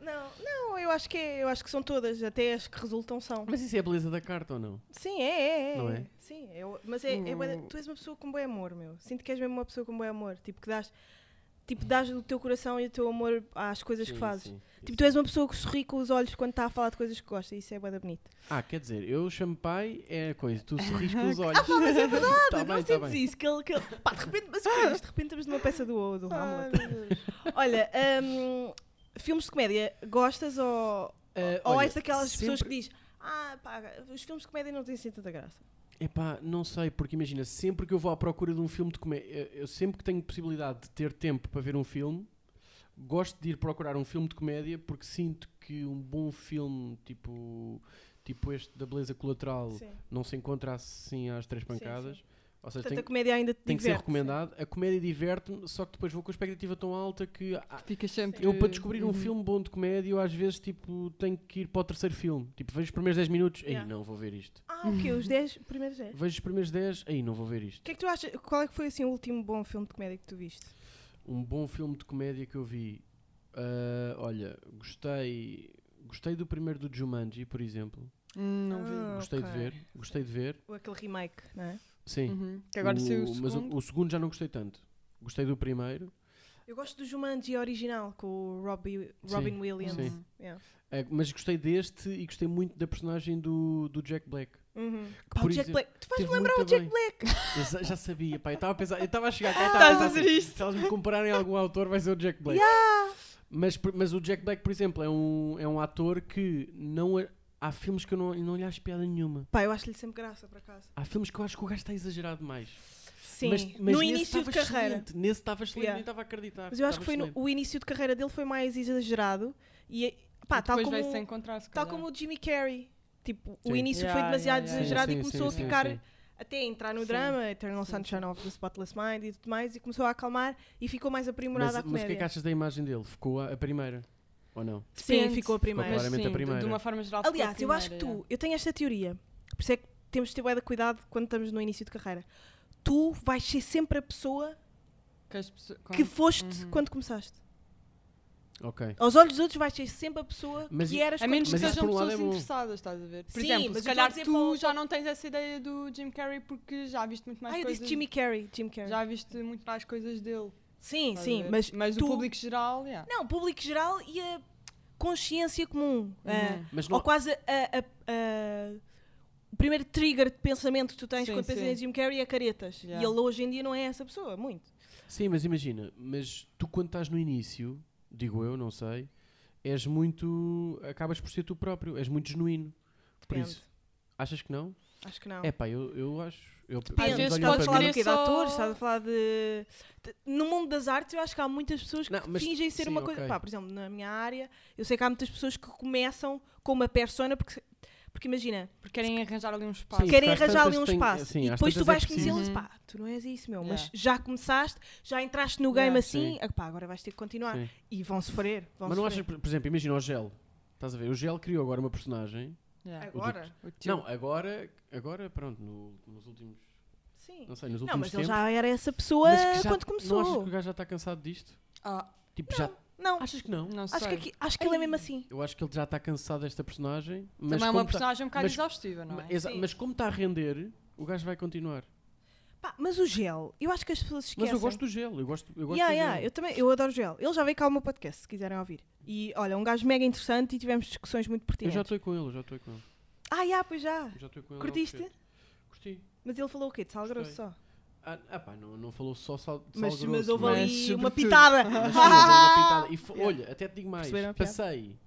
Não, não, eu acho que é, eu acho que são todas, até as que resultam são.
Mas isso é a beleza da carta ou não?
Sim, é, é.
Não
é.
é?
Sim, Hum. eu, mas é, é bué da- tu és uma pessoa com bom amor, meu. Sinto que és mesmo uma pessoa com bom amor. Tipo, que dás. Tipo, dás o teu coração e o teu amor às coisas
Sim,
que fazes.
sim.
Tipo, tu és uma pessoa que sorri com os olhos quando está a falar de coisas que gosta. Isso é bada bonito.
Ah, quer dizer, eu chamo pai, é a coisa, tu sorris com os olhos. Ah,
mas é verdade,
tá
não
bem, tá
sentes
bem.
isso. Que ele, que ele, pá, de repente, mas o que é isto? de repente estamos numa peça do, do Hamlet. Ah. Olha, hum, filmes de comédia, gostas ou,
Eh,
ou
olha,
és daquelas pessoas que diz
sempre-
ah, pá, os filmes de comédia não têm assim tanta graça.
Epá, não sei, porque imagina, sempre que eu vou à procura de um filme de comédia, eu, eu sempre que tenho possibilidade de ter tempo para ver um filme, gosto de ir procurar um filme de comédia porque sinto que um bom filme, tipo, tipo este da Beleza Colateral,
Sim.
não se encontra assim às três
Sim,
pancadas. Ou seja,
Portanto,
tem,
a comédia ainda te
tem que ser
diverte.
recomendado. A comédia diverte-me, só que depois vou com a expectativa tão alta que ah,
Ficas sempre.
eu, para descobrir um
Uhum.
filme bom de comédia, eu às vezes tipo, tenho que ir para o terceiro filme. Tipo, vejo os primeiros 10 minutos, aí
Yeah.
não vou ver isto.
Ah, ok, os 10 primeiros 10. O
Vejo os primeiros 10, aí não vou ver isto.
que é que tu achas? Qual é que foi assim o último bom filme de comédia que tu viste?
Um bom filme de comédia que eu vi. Ah, olha, gostei. Gostei do primeiro do Jumanji, por exemplo.
Hum, Não vi.
Ah,
Gostei de
ok.
ver. Gostei de ver.
Ou aquele remake, não é?
Sim.
Uhum. Que agora saiu o
Mas
segundo.
o, o segundo já não gostei tanto. Gostei do primeiro.
Eu gosto do Jumanji original com o Robbie,
Sim,
Robin Williams.
sim.
Yeah.
Ah, mas gostei deste e gostei muito da personagem do, do Jack Black.
Uhum.
Que,
Pá,
por
o Jack
exemplo,
Black. Tu faz-me
teve
lembrar o
muito
Jack
bem.
Black.
Eu já- já sabia, pá. Eu estava a pensar, eu estava a chegar cá. eu
Estás
pensar
a dizer
assim,
isto.
Se elas me compararem a algum autor, vai ser o Jack Black. Mas, por- mas o Jack Black, por exemplo, é um, é um ator que não. é- Há filmes que eu não, não lhe acho piada nenhuma.
Pá, eu acho-lhe sempre graça, por acaso.
Há filmes que eu acho que o gajo está exagerado mais.
Sim,
mas, mas
no
nesse
início de
estava
carreira.
Excelente. Nesse estava excelente,
Yeah.
nem estava a acreditar.
Mas eu acho
Estava
que foi no-
excelente.
o início de carreira dele foi mais exagerado. E, pá,
E
tal
depois
como,
vai-se encontrar, se
tal
calhar.
como o Jimmy Carrey. Tipo,
Sim.
o início
Yeah,
foi demasiado
yeah, yeah.
exagerado
Sim,
e
sim,
começou
sim,
a ficar
sim.
até a entrar no
Sim.
drama, Eternal
Sim,
Sunshine of the Spotless Mind e tudo mais, e começou a acalmar e ficou mais aprimorada
Mas,
a
mas o que é
comédia.
que achas da imagem dele? Ficou a, a primeira? Ou não?
Sim,
Depende.
ficou a
Mas
primeira.
Ficou claramente a
sim, de- De
primeira.
uma forma geral. ficou é. a
Aliás, eu acho que
primeira,
tu, eu tenho esta teoria, por isso é que temos de ter bué de cuidado quando estamos no início de carreira. Tu vais ser sempre a pessoa
já. Que as pessoas- com-
que foste
Uhum.
quando começaste.
Ok.
Aos olhos dos outros vais ser sempre a pessoa
Mas
que
i-
eras
A
quando
menos que
Mas isso
sejam
por um lado
pessoas
é bom.
interessadas, estás a ver? Por
Sim,
exemplo,
mas eu
se
estou a
calhar
dizer
tu
para o-
já não tens essa ideia do Jim Carrey porque já viste muito mais
Ah, eu
coisas.
disse Jimmy Carrey, Jim Carrey.
Já viste muito mais coisas dele.
Sim,
estás a
sim,
ver?
mas, tu-
o público geral, yeah.
Não, público geral e a consciência comum. eh, a-
Uhum.
Mas
ou
não,
quase a, a- a- o primeiro trigger de pensamento que tu tens
Sim,
quando pensas
sim.
em Jim Carrey é caretas.
Yeah.
E ele hoje em dia não é essa pessoa, muito.
Sim, mas imagina, mas tu quando estás no início, digo eu, não sei, és muito. acabas por ser tu próprio, és muito genuíno. Por
Depende.
isso, achas que não?
Acho que não.
É pá, eu, eu acho. Eu,
Depende.
eu
vezes
olho
estás a
para
podes
falar
mim-
do quê? De
só-
atores? Estás a falar de... de- No mundo das artes eu acho que há muitas pessoas que
Não, mas-
fingem ser
sim,
uma coisa...
ok.
Pá, por exemplo, na minha área, eu sei que há muitas pessoas que começam com uma persona porque... Porque imagina,
Porque querem arranjar ali um espaço.
Sim,
querem
porque às
arranjar ali um
tantas tem-
espaço.
sim,
e
às
depois tu
tantas é
vais
preciso.
conhecê-los,
Uhum.
pá, tu não és isso, meu, mas
Yeah.
já começaste, já entraste no
Yeah.
game assim,
Sim.
ah, pá, agora vais ter que continuar.
Sim.
E vão sofrer. Vão
Mas não achas,
sofrer.
por por exemplo, imagina o Gel. Estás a ver? O Gel criou agora uma personagem.
Yeah.
Agora?
O
Tipo
tio.
Não, agora, agora pronto, no- nos últimos.
Sim.
Não sei, nos últimos
Não, mas ele
tempos.
já era essa pessoa
mas que já-
quando
Não achas
começou.
que o gajo já está cansado disto?
Ah,
Tipo, já.
Não,
Achas que não?
não sei.
acho que, aqui- acho que ele é mesmo assim.
Eu acho que ele já está cansado desta personagem. Mas
Também é
como
uma
tá-
personagem um bocado
mas-
exaustiva, não
Ma-
é?
exa-
Sim.
Mas como está a render, o gajo vai continuar.
Pá, mas o gel, eu acho que as pessoas esquecem.
Mas eu gosto do gelo, eu gosto, eu gosto
Yeah,
do
yeah,
gelo.
eu também, eu adoro gel. Ele já veio cá ao meu podcast, se quiserem ouvir. E olha, um gajo mega interessante e tivemos discussões muito
Eu já
pertinentes.
estou com ele, eu já estou com ele.
Ah, yeah, pois já.
eu Já estou com ele
Curtiste?
ao fechete. Curti.
Mas ele falou o quê? De sal grosso
Gostei.
só.
Ah, ah pá, não, não falou só sal, sal
Mas,
grosso, é?
mas houve
mas-
Mas,
ali uma
sobretudo. Ah,
pitada.
mas sim, houve uma pitada. E fo-
Yeah.
Olha, até te digo mais,
Perceberam a piada?
passei.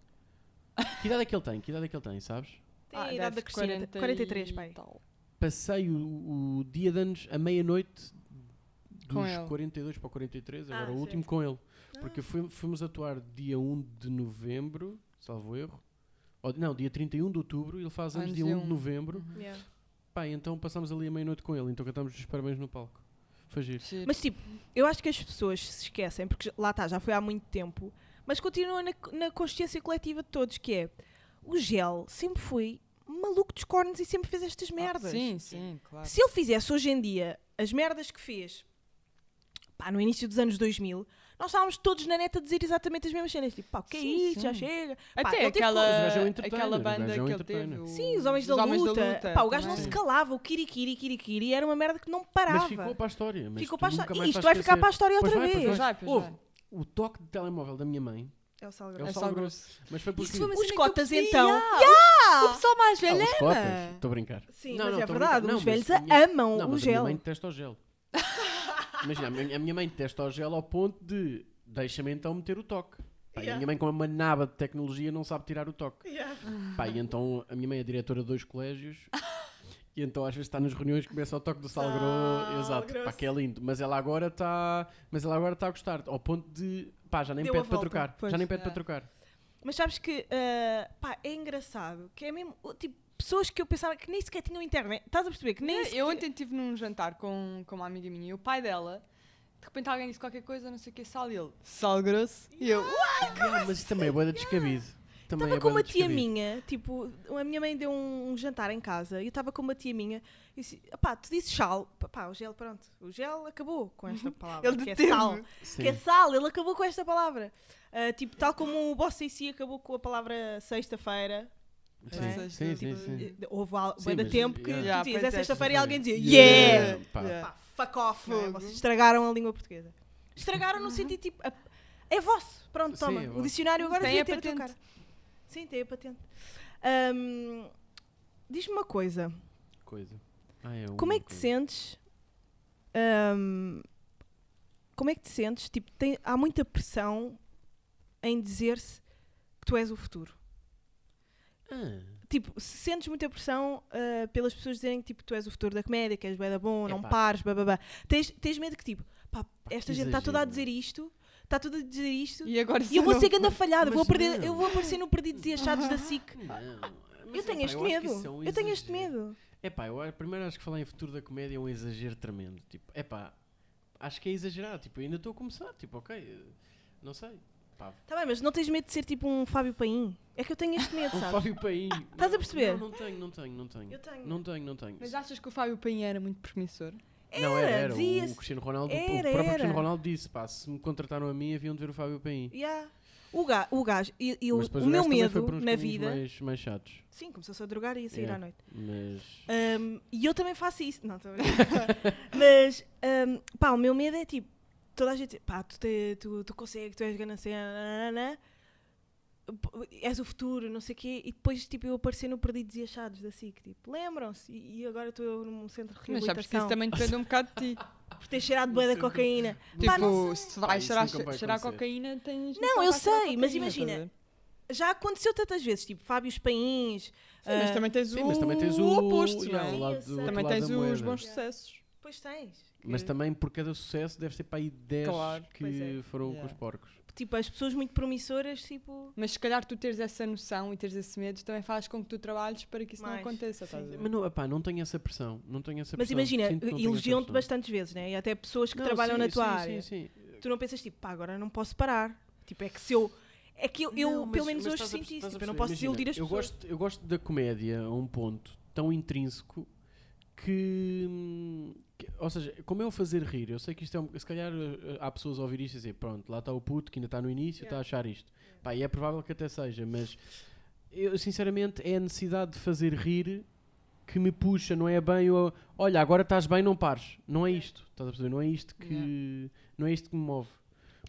Que idade é que ele tem? Que idade é que ele tem, sabes?
Tem
Ah,
a idade da
deve
Cristina.
40 e
43, pai.
tal.
Passei o, o dia de anos à meia-noite
Com
dos
ele.
42 para o 43,
Ah,
agora o
sim. Ah.
último com ele. Porque fui- fomos atuar dia 1 de novembro, salvo erro. Ou, não, dia 31 de outubro, ele faz anos
Anos
dia
de
1 de
um.
novembro.
Uhum.
Yeah.
Pá, então passámos ali a meia-noite com ele, então cantámos os parabéns no palco. Foi giro.
Giro.
Mas tipo, eu acho que as pessoas se esquecem, porque lá está, já foi há muito tempo, mas continua na, na consciência coletiva de todos, que é o gel sempre foi maluco dos cornos e sempre fez estas merdas.
Ah, Sim, sim, claro.
Se ele fizesse hoje em dia as merdas que fez pá, no início dos anos 2000, nós estávamos todos na neta a dizer exatamente as mesmas cenas. Tipo, pá, o que é
Sim,
isso?
sim.
Já chega. Pá,
Até
ele teve
aquela,
Mas o gajo é um entertainer,
aquela
o gajo
banda
é um
que ele
entertainer.
teve. o-
Sim, os homens, da, luta. Pá, o gajo não
também.
se
Sim.
calava, o kirikiri, kirikiri, era uma merda que não parava.
Mas ficou para a história. Mas
Ficou
tu
para a
nunca
história.
mais
Isto
vais
vai ficar
esquecer.
para a história
Pois
outra
vai, pois
vez.
Pois vai, pois
Ouve,
vai.
o toque de telemóvel da minha mãe
É o sal
é o
É
sal
sal
grosso. Mas foi porque.
Isso foi uma
Os
cena que eu
cotas,
percebi,
então.
ah, O pessoal mais velho
Ah, os cotas.
ama.
Estou a brincar.
Sim,
Não,
mas
não,
é
tô a
verdade,
brincar. Não,
os
mas
velhos
a minha-
amam
Não,
o
mas a minha
gel.
mãe detesta o gel. Imagina, a minha, a minha mãe detesta o gel ao ponto de deixa-me então meter o toque. Pá, E a
Yeah.
minha mãe, com uma naba de tecnologia, não sabe tirar o toque.
Yeah.
Pá, e então a minha mãe é diretora de dois colégios. E então às vezes está nas reuniões começa o toque do sal
Sal
grosso. Exato, pá,
grosso.
que é lindo. Mas ela agora está mas ela agora está a gostar, ao ponto de pá, já nem
Deu a
pede para
volta.
trocar.
Pois,
já nem pede
é.
para trocar.
Mas sabes que ah, pá, é engraçado que é mesmo o tipo pessoas que eu pensava que nem sequer tinham internet. Estás a perceber? Que nem
Eu-
sequer-
Eu ontem estive num jantar com, com uma amiga minha e o pai dela, de repente alguém disse qualquer coisa, não sei o que, sal e ele, sal grosso. E eu,
Ah,
Yeah, mas isso também é boeda descabido. Também
Estava
é
com
bué
uma
de
tia
descabido.
minha, tipo, a minha mãe deu um, um jantar em casa e eu estava com uma tia minha e disse: pá, tu disse sal, pá, pá, o gel, pronto, o gel acabou com esta palavra.
Ele
que é
deteve.
sal.
Uhum. Sim.
Que é sal, ele acabou com esta palavra. Ah, tipo, tal como o Bossa em si acabou com a palavra sexta-feira.
Sim,
não é?
sim, sim,
Tipo,
sim.
Eh, Houve al-
Sim,
bué de
mas-
tempo que
yeah.
tu
Yeah,
dizias
pois
é
é,
sexta-feira e alguém dizia
Yeah!
yeah!
Pá.
Yeah.
Pá, fuck off, não é?
Fogo. Uhum.
Vocês estragaram a língua portuguesa. Estragaram no sentido tipo. a- É vosso, pronto,
Sim,
toma.
é
o
vosso.
dicionário agora
Tem
devia
a
ter a tua cara.
patente.
Sim, tem a patente. Ahm, Diz-me uma coisa.
Coisa. Ah, é
Como
uma
é que te
coisa.
sentes? ahm, como é que te sentes? Tipo, tem- há muita pressão em dizer-se que tu és o futuro.
Ah,
Tipo, se sentes muita pressão ah, pelas pessoas dizerem que tipo, tu és o futuro da comédia, que és bué da bom, não
Epá.
pares, bababá. Tens, tens medo que tipo, pá, esta
que
gente está toda a
exagero.
dizer isto, está toda a dizer isto, e,
E é agora
eu vou
não-
ser ganda falhada, vou
Mas
perder,
não.
eu vou aparecer no Perdidos e Achados da SIC.
não.
Eu
Mas,
tenho
epá,
este
acho que
medo,
isso é um
eu tenho este
exagero.
medo.
Epá, eu a- primeiro acho que falar em futuro da comédia é um exagero tremendo. Tipo, epá, acho que é exagerado. Tipo, eu ainda estou a começar. Tipo, ok, eh, não sei. Pá,
Tá bem, mas não tens medo de ser tipo um Fábio Paim? É que eu tenho este medo,
um
sabes? Ah,
Fábio Paim.
Estás a perceber?
Não, não tenho, não tenho, não tenho.
Eu tenho.
Não tenho, não tenho.
Mas achas que o Fábio Paim era muito permissor?
não, era,
Era,
era. O,
dizia-se-
o Cristiano Ronaldo, o
Era,
próprio
era.
Cristiano Ronaldo disse, pá, se me contrataram a mim, haviam de ver o Fábio Paim.
Yeah. O, ga, o gajo, e, e o,
Mas depois
o
gajo
meu
também foi
medo
por uns
na
caminhos
vida.
Mais, mais chatos.
Sim, começou-se a drogar e a sair
Yeah.
à noite.
Mas.
Um, e eu também faço isso. Não, estou a brincar. Mas, um, pá, o meu medo é tipo, toda a gente diz, pá, tu, te, tu, tu consegues, tu és ganancena, és o futuro, não sei o quê. E depois, tipo, eu aparecer no Perdidos e Achados da SIC, tipo, lembram-se. E, e agora estou eu num centro de
Mas sabes que
reabilitação
isso também depende um bocado de ti.
por ter cheirado bué da cocaína. Pá, não
Tipo,
sei.
se vais
isso
cheirar,
nunca vai
cheirar
acontecer.
cocaína, tens.
Não,
só
eu
vais cheirar
sei, mas
cocaína,
imagina,
estás
Já aconteceu tantas vezes, tipo, Fábio Pains.
a ver? Sim, mas
ah,
também tens
Sim,
o,
mas também tens o,
o oposto,
yeah,
não é?
o lado
Sim, eu
do
sei.
outro
Também
lado
tens
da
os
moeda.
bons
Yeah.
sucessos.
Pois tens.
Mas
Que-
também por cada sucesso deve ter para aí 10
Claro,
pois
que
é.
foram com
Yeah.
os porcos.
Tipo, as pessoas muito promissoras, tipo.
Mas se calhar tu teres essa noção e teres esse medo também faz com que tu trabalhes para que isso
Mais.
não aconteça. Estás a ver?
Mas não, epá, não tenho essa pressão. Não tenho essa
Mas
pressão.
imagina,
Sinto que não tenho essa
elogiam-te
pressão.
bastantes vezes, né? E até pessoas que
Não,
trabalham
sim,
na tua
sim,
área.
Sim, sim.
Tu não pensas tipo, pá, agora não posso parar. Tipo, é que se eu. É que eu, eu,
Não,
pelo
mas-
menos
mas
hoje
estás
senti
a perce-
isso.
estás a
Tipo, eu não
perceber.
posso
Imagina,
desiludir as
eu
pessoas.
Gosto, eu gosto da comédia a um ponto tão intrínseco que, hum, que- Ou seja, como é o fazer rir? Eu sei que isto é. Um, se calhar eh, há pessoas a ouvir isto e dizer, pronto, lá está o puto que ainda está no início, está
Yeah.
a achar isto. Pá, e é provável que até seja, mas. Eu, sinceramente, é a necessidade de fazer rir que me puxa, não é bem o. Olha, agora estás bem, não pares. Não é isto, estás a perceber? Não é isto que. Não é isto que me move.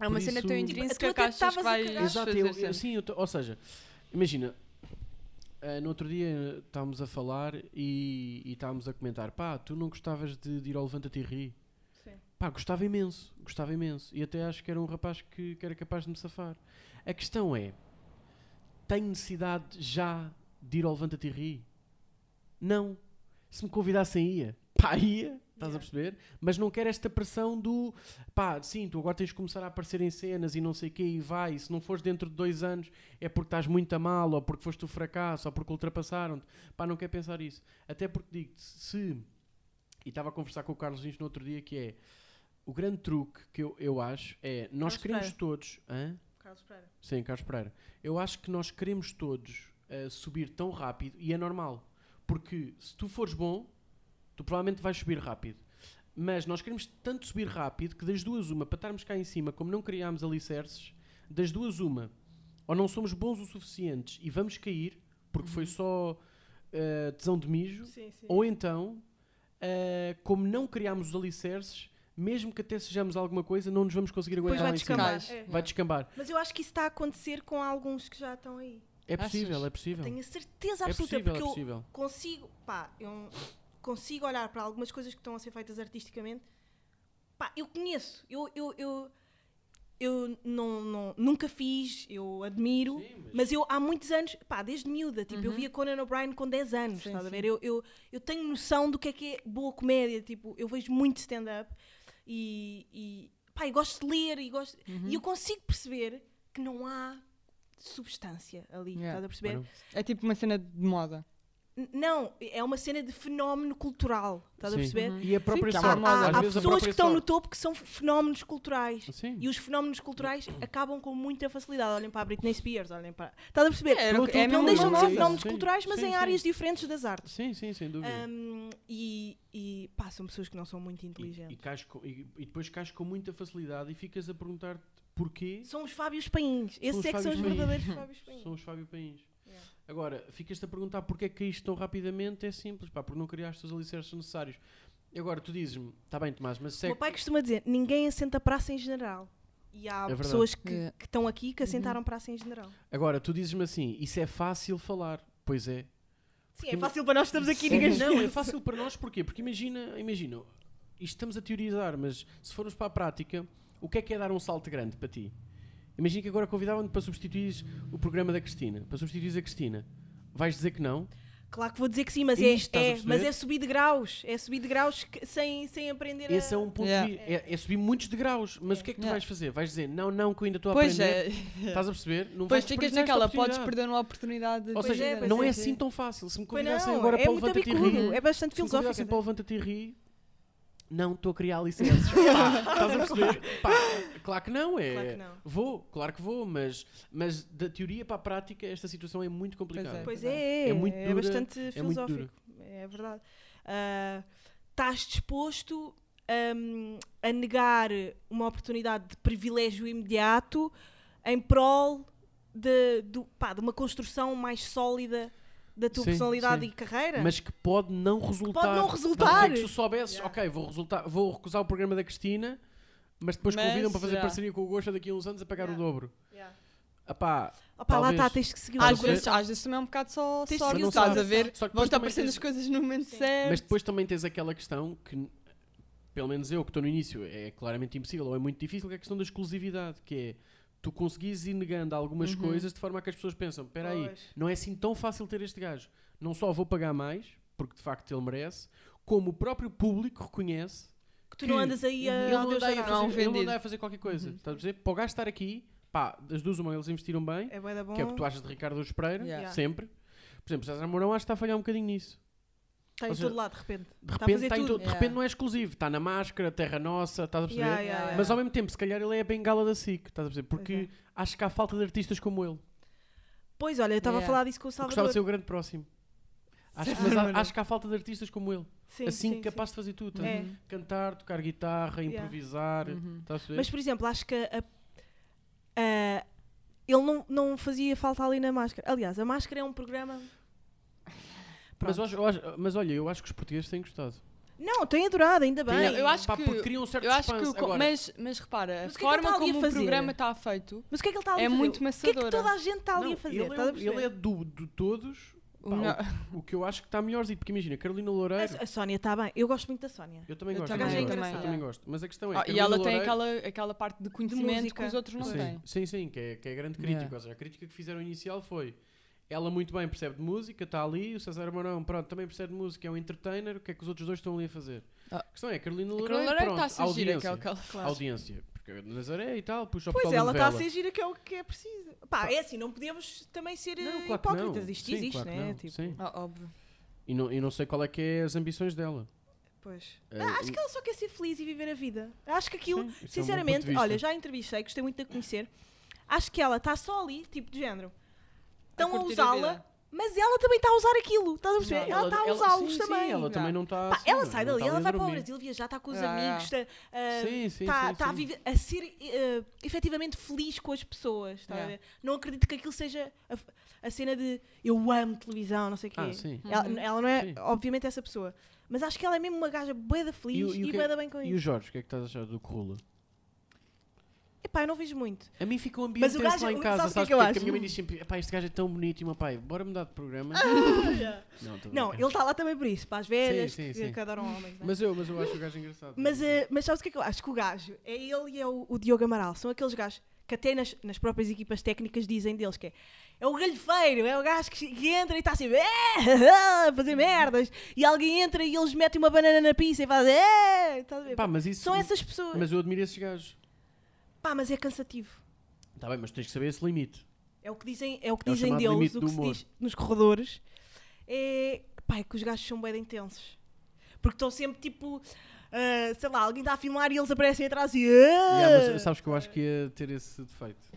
É uma
Por
cena
isso-
tão
Tipo,
intrínseca
Ah, tu
que
até
achas que
estavas a
vais
cagar.
fazer
Exato, eu, eu-
sempre.
sim, eu tô- ou seja, imagina, ah, no outro dia estávamos a falar e, e estávamos a comentar, pá, tu não gostavas de, de ir ao Levanta-te e ri?
Sim.
Pá, gostava imenso, gostava imenso. E até acho que era um rapaz que, que era capaz de me safar. A questão é, tenho necessidade já de ir ao Levanta-te e ri? Não. Se me convidassem ia. Pá, ia, estás
Yeah.
a perceber? Mas não quero esta pressão do pá, sim, tu agora tens de começar a aparecer em cenas e não sei o quê e vai, e se não fores dentro de dois anos é porque estás muito a mal, ou porque foste o fracasso, ou porque ultrapassaram-te. Pá, não quero pensar isso. Até porque digo-te, se. E estava a conversar com o Carlos Lins no outro dia que é. O grande truque que eu, eu acho é.
Carlos
Nós queremos
Pereira.
todos. Hã? Sim, Carlos Pereira. Eu acho que nós queremos todos eh, subir tão rápido e é normal. Porque se tu fores bom, tu provavelmente vais subir rápido. Mas nós queremos tanto subir rápido que das duas uma, para estarmos cá em cima, como não criámos alicerces, das duas uma, ou não somos bons o suficientes e vamos cair, porque foi só eh, tesão de mijo,
Uhum. Sim, sim.
ou então, eh, como não criámos os alicerces, mesmo que até sejamos alguma coisa, não nos vamos conseguir
Depois
aguentar
vai
lá em cima.
descambar.
Cais.
é.
Vai descambar.
Mas eu acho que isso está a acontecer com alguns que já estão aí.
É
Achas?
possível, é possível.
Tenho a certeza
É
absoluta,
possível, é
porque eu
possível.
consigo, pá, eu consigo olhar para algumas coisas que estão a ser feitas artisticamente. Pá, eu conheço, eu, eu, eu, eu não, não- nunca fiz, eu admiro,
Sim, mas-
mas... eu há muitos anos, pá, desde miúda, tipo, eu via Conan O'Brien com 10 anos,
Uhum. Sim,
estás a
sim.
ver? Eu, eu, eu tenho noção do que é que é boa comédia, tipo, eu vejo muito stand-up e, e, pá, eu gosto de ler e gosto...
Uhum.
E eu consigo perceber que não há substância ali,
Yeah.
estás a perceber?
Claro.
É tipo uma cena de moda.
N- Não, é uma cena de fenómeno cultural. Estás
Sim.
a perceber?
E a própria
Sim, que há
sorte.
uma moda. Ah,
Há,
Às
há
vezes a
pessoas que
própria
estão no
sorte.
topo que são fenómenos culturais.
Sim.
E os fenómenos culturais acabam com muita facilidade. Olhem para a Britney Spears, olhem para. Estás a perceber?
É, era o que-
não
é mesmo
deixam de
uma
ser
moda.
fenómenos
Sim,
culturais, mas
sim,
em
sim.
áreas diferentes das artes.
Sim, sim, sem dúvida.
Ahm, e, e pá, são pessoas que não são muito
e, e,
inteligentes.
cais com- e- e depois cais com muita facilidade e ficas a perguntar-te porquê
São os Fábios Pains. Esses
os
é que são
Fábios
os
Pains.
verdadeiros Fábios Pains.
são os Fábio Pains.
Yeah.
Agora, ficas-te a perguntar porquê é que caíste tão rapidamente, é simples, pá, porque não criaste os alicerces necessários. E Agora, tu dizes-me, está bem, Tomás, mas é
O
segue.
meu pai costuma dizer: ninguém assenta praça em general. E há
É verdade.
pessoas que
Yeah.
que estão aqui que assentaram praça em general.
Agora, tu dizes-me assim, isso é fácil falar. Pois é.
Sim,
Porque
é
eu-
fácil para nós que estamos aqui, ninguém
Não, é fácil para nós, porquê? Porque imagina, imagina, isto estamos a teorizar, mas se formos para a prática, o que é que é dar um salto grande para ti? Imagina que agora convidavam-te para substituir o programa da Cristina, para substituir a Cristina. Vais dizer que não?
Claro que vou dizer que sim, mas,
Isto,
é,
estás a
é,
perceber?
mas é subir de graus. É subir de graus que- sem, sem aprender
Esse é
a.
um ponto
Yeah.
de vi- é, é subir muitos degraus, mas o que é que tu
Yeah.
vais fazer? Vais dizer não, não, que eu ainda estou a
Pois
aprender.
é.
Estás a perceber? Não
Pois
vais
ficas
desperdiçar esta
naquela, podes
oportunidade.
perder uma oportunidade de
Ou
Pois
seja,
é, pois
não é,
é.
assim tão fácil. Se me
Pois
convidassem
não,
agora
é
para o
muito
Levanta-te e
bicudo,
Ri,
é bastante
se me convidassem
filosófico.
para o assim, Levanta-te e Ri, não, estou a criar licenças. Pá, estás a perceber? Pá, claro que não, é.
Claro que não.
Vou, claro que vou, mas, mas da teoria para a prática esta situação é muito complicada.
Pois é, é,
É muito dura,
bastante
é muito dura.
filosófico. É, verdade. Ah, estás disposto hum, a negar uma oportunidade de privilégio imediato em prol de, do- pá, de uma construção mais sólida da tua
Sim,
personalidade e
sim.
carreira?
Mas que pode não resultar.
não
Estás a
resultar.
dizer que se soubesses, ok, vou, resultar, vou recusar o programa da Cristina, mas depois
Mas,
convidam para fazer
já.
parceria com o Gosta daqui a uns anos a pagar
Yeah.
o dobro.
Yeah.
Apá,
Opa, lá
talvez.
está, tens que seguir o
Às
teu
vezes,
coração.
às vezes também é um bocado só
Tens
sorte,
de seguir o
estás a
coração.
ver?
Só que
Vão
depois também
estar aparecendo
tens-
as coisas no momento
Sim.
certo.
Mas depois também tens aquela questão que, pelo menos eu que estou no início, é claramente impossível ou é muito difícil, que é a questão da exclusividade, que é tu conseguires ir negando algumas
Uhum.
coisas de forma a que as pessoas pensam, espera aí,
Pois.
não é assim tão fácil ter este gajo. Não só vou pagar mais, porque de facto ele merece, como o próprio público reconhece
que tu não
que
andas aí a.
ele
a
não
Deus
anda aí a
dará.
não é um
fazer, ele não
vendido.
anda aí a fazer qualquer coisa. Estás a dizer? Para o gajo estar aqui, pá, das duas uma, eles investiram bem,
É bué da bom.
que é o que tu achas de Ricardo Ospreira,
Yeah.
Yeah.
sempre. Por exemplo, César Mourão acho que está a falhar um bocadinho nisso.
Está em
Ou seja,
todo lado, de repente.
De
Tá a
repente,
fazer
tá em
tudo.
todo- de repente
Yeah.
não é exclusivo. Está na máscara, Terra Nossa, estás a perceber?
Yeah, yeah, yeah.
Mas ao mesmo tempo, se calhar ele é a bengala da SIC, estás a perceber? Porque
Pois é.
acho que há falta de artistas como ele.
Pois, olha, eu estava
Yeah.
a falar disso com o
Eu Gostava
Salvador.
de ser o grande próximo. Acho,
Sim.
mas há-
Maravilha.
acho que há falta de artistas como ele.
Sim,
assim,
sim,
capaz de fazer tudo. estás a
É.
ver? Cantar, tocar
Yeah.
guitarra,
Uhum.
improvisar. Estás a
sim.
perceber?
Mas, por exemplo, acho que a- a- ele não, não fazia falta ali na máscara. Aliás, a máscara é um programa.
Mas eu acho- eu acho- mas olha, eu acho que os portugueses têm gostado.
Não, tem adorado, ainda bem.
Não, eu acho
Pá,
que-
porque criam um certo
Eu acho que,
suspense.
o co-
Agora,
mas, mas repara,
Mas o
a
que é que ele
forma
está ali a
como o
fazer?
programa está feito,
Mas o que é que ele está ali
É
a fazer?
muito
O que é que
maçadora.
toda a gente está ali
não,
a fazer?
ele,
Estás a
é,
perceber?
ele é do, de todos
o
pá,
melhor-
o que eu acho que está melhorzinho. Porque imagina, Carolina
A-
Loureiro.
A Sónia está bem. Eu gosto muito da Sónia.
Eu também
Eu
gosto.
também,
eu
eu
gosto,
também,
eu também
é.
gosto. Mas a questão é.
Ah, e
Carolina
ela tem
Loureiro-
aquela, aquela parte de conhecimento
música.
que os outros não
sim,
têm.
Sim, sim, que é, que é grande crítica.
Yeah.
Ou seja, a crítica que fizeram inicial foi. Ela muito bem percebe de música, está ali, o César Mourão, pronto, também percebe de música, é um entertainer, o que é que os outros dois estão ali a fazer?
Ah.
A questão é, a Carolina
A
Loureiro,
Carolina Loureiro
pronto,
está a ser gira, que é
audiência,
o que ela faz.
audiência, porque é de Nazaré e tal, puxa o
Pois,
pessoal da
ela está a
novela.
ser gira, que é o que é preciso. Pá, é assim, não podemos também ser
Não,
eh,
claro que
hipócritas.
não.
Isto
Sim,
existe,
claro que
né?
não,
Tipo,
sim.
Ah, óbvio.
E, não, e não sei qual é que é as ambições dela.
Pois.
Eh,
Ah, acho
e-
que ela só quer ser feliz e viver a vida. Acho que
Sim,
aquilo,
isso é um bom ponto de
sinceramente,
vista.
olha, já a entrevistei, gostei muito de a conhecer. Acho que ela está só ali, tipo de género. Estão a,
curtir a
usá-la,
vida.
mas ela também está a usar aquilo. Estás a perceber? Ela está a usá-los
sim,
também.
Sim, ela
Já.
também não está.
Pá,
assim,
ela
não
sai
está
dali,
ali
ela
a
vai para o
dormir.
Brasil viajar, está com os
Ah,
amigos, está ah,
Sim, sim,
está
sim,
está a,
sim.
viver- a ser eh, efetivamente feliz com as pessoas. está a
Yeah.
ver? Não acredito que aquilo seja a, a cena de eu amo televisão, não sei o quê.
Ah, sim.
Ela, ela não é,
Sim.
obviamente, essa pessoa. Mas acho que ela é mesmo uma gaja boeda
E
feliz
o- e o
e,
que-
boeda bem com
E o
isso.
Jorge, o que é que estás a achar do Corrula?
Epá, eu não vejo muito.
A mim fica um ambiente
Mas o
tenso
gajo-
lá em
o-
casa,
sabes o que é
sabes
que eu
porquê? Porque
acho?
a minha mãe diz sempre, pá, este gajo é tão bonito, e o meu pai, bora mudar de programa. não, tô a
Ah, Não,
brincar.
ele está lá também por isso, para as velhas
Sim, sim,
que,
sim.
que adoram homens. Né? Mas,
Mas eu, mas eu acho o gajo engraçado.
eh, mas sabes o que é que eu acho? Que o gajo é ele e é o, o Diogo Amaral. São aqueles gajos que até nas, nas próprias equipas técnicas dizem deles que é, é o galhofeiro, é o gajo que, que entra e está assim "Eh, a fazer merdas. E alguém entra e eles metem uma banana na pizza e fazem "Eh", estás a ver?
Pá, mas isso...
São essas pessoas.
Mas eu admiro esses gajos.
Pá, mas é cansativo.
Está bem, mas tens que saber esse limite.
É o que dizem, é o que
É o
dizem
chamado
deles,
limite
o
do
que se
humor.
diz nos corredores. É, pá, é que os gajos são bem intensos. Porque estão sempre tipo, ah, sei lá, alguém está a filmar e eles aparecem atrás e.
Yeah, mas sabes que eu acho que ia ter esse defeito.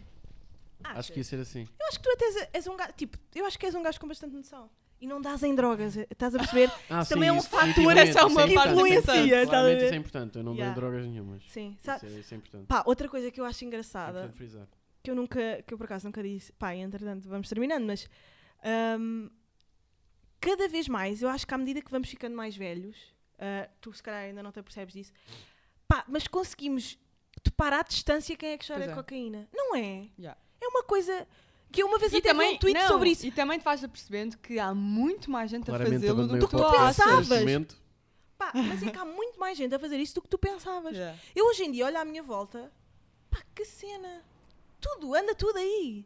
Ah,
Acho que ia ser assim.
Eu acho que tu até és, és um gajo, tipo, eu acho que és um gajo com bastante noção. E não dás em drogas, eh, estás a perceber?
Ah,
Também é um
isso
fator,
definitivamente,
essa é uma
isso
parte
importante, isso é
influencia,
importante.
estás a
Claramente
ver?
isso é importante, eu não dou
Yeah.
drogas nenhumas. Isso
Sim,
é,
sabe?
isso é importante.
Pá, outra coisa que eu acho
É
engraçada.
importante frisar.
que eu nunca, que eu por acaso nunca disse, pá, entretanto vamos terminando, mas hum, cada vez mais, eu acho que à medida que vamos ficando mais velhos, ah, tu se calhar ainda não te percebes disso, pá, mas conseguimos topar à distância quem é que chora
Pois
de
é.
cocaína, não é?
Yeah.
É uma coisa que eu uma vez até também, um tweet
não,
sobre isso.
E também te vais apercebendo que há muito mais gente a
Claramente
fazê-lo do
abandonei
que
o
tu
podcast neste
achas.
pensavas.
momento.
Pá, mas é que há muito mais gente a fazer isso do que tu pensavas.
Yeah.
Eu hoje em dia olho à minha volta, pá, que cena! Tudo, anda tudo aí.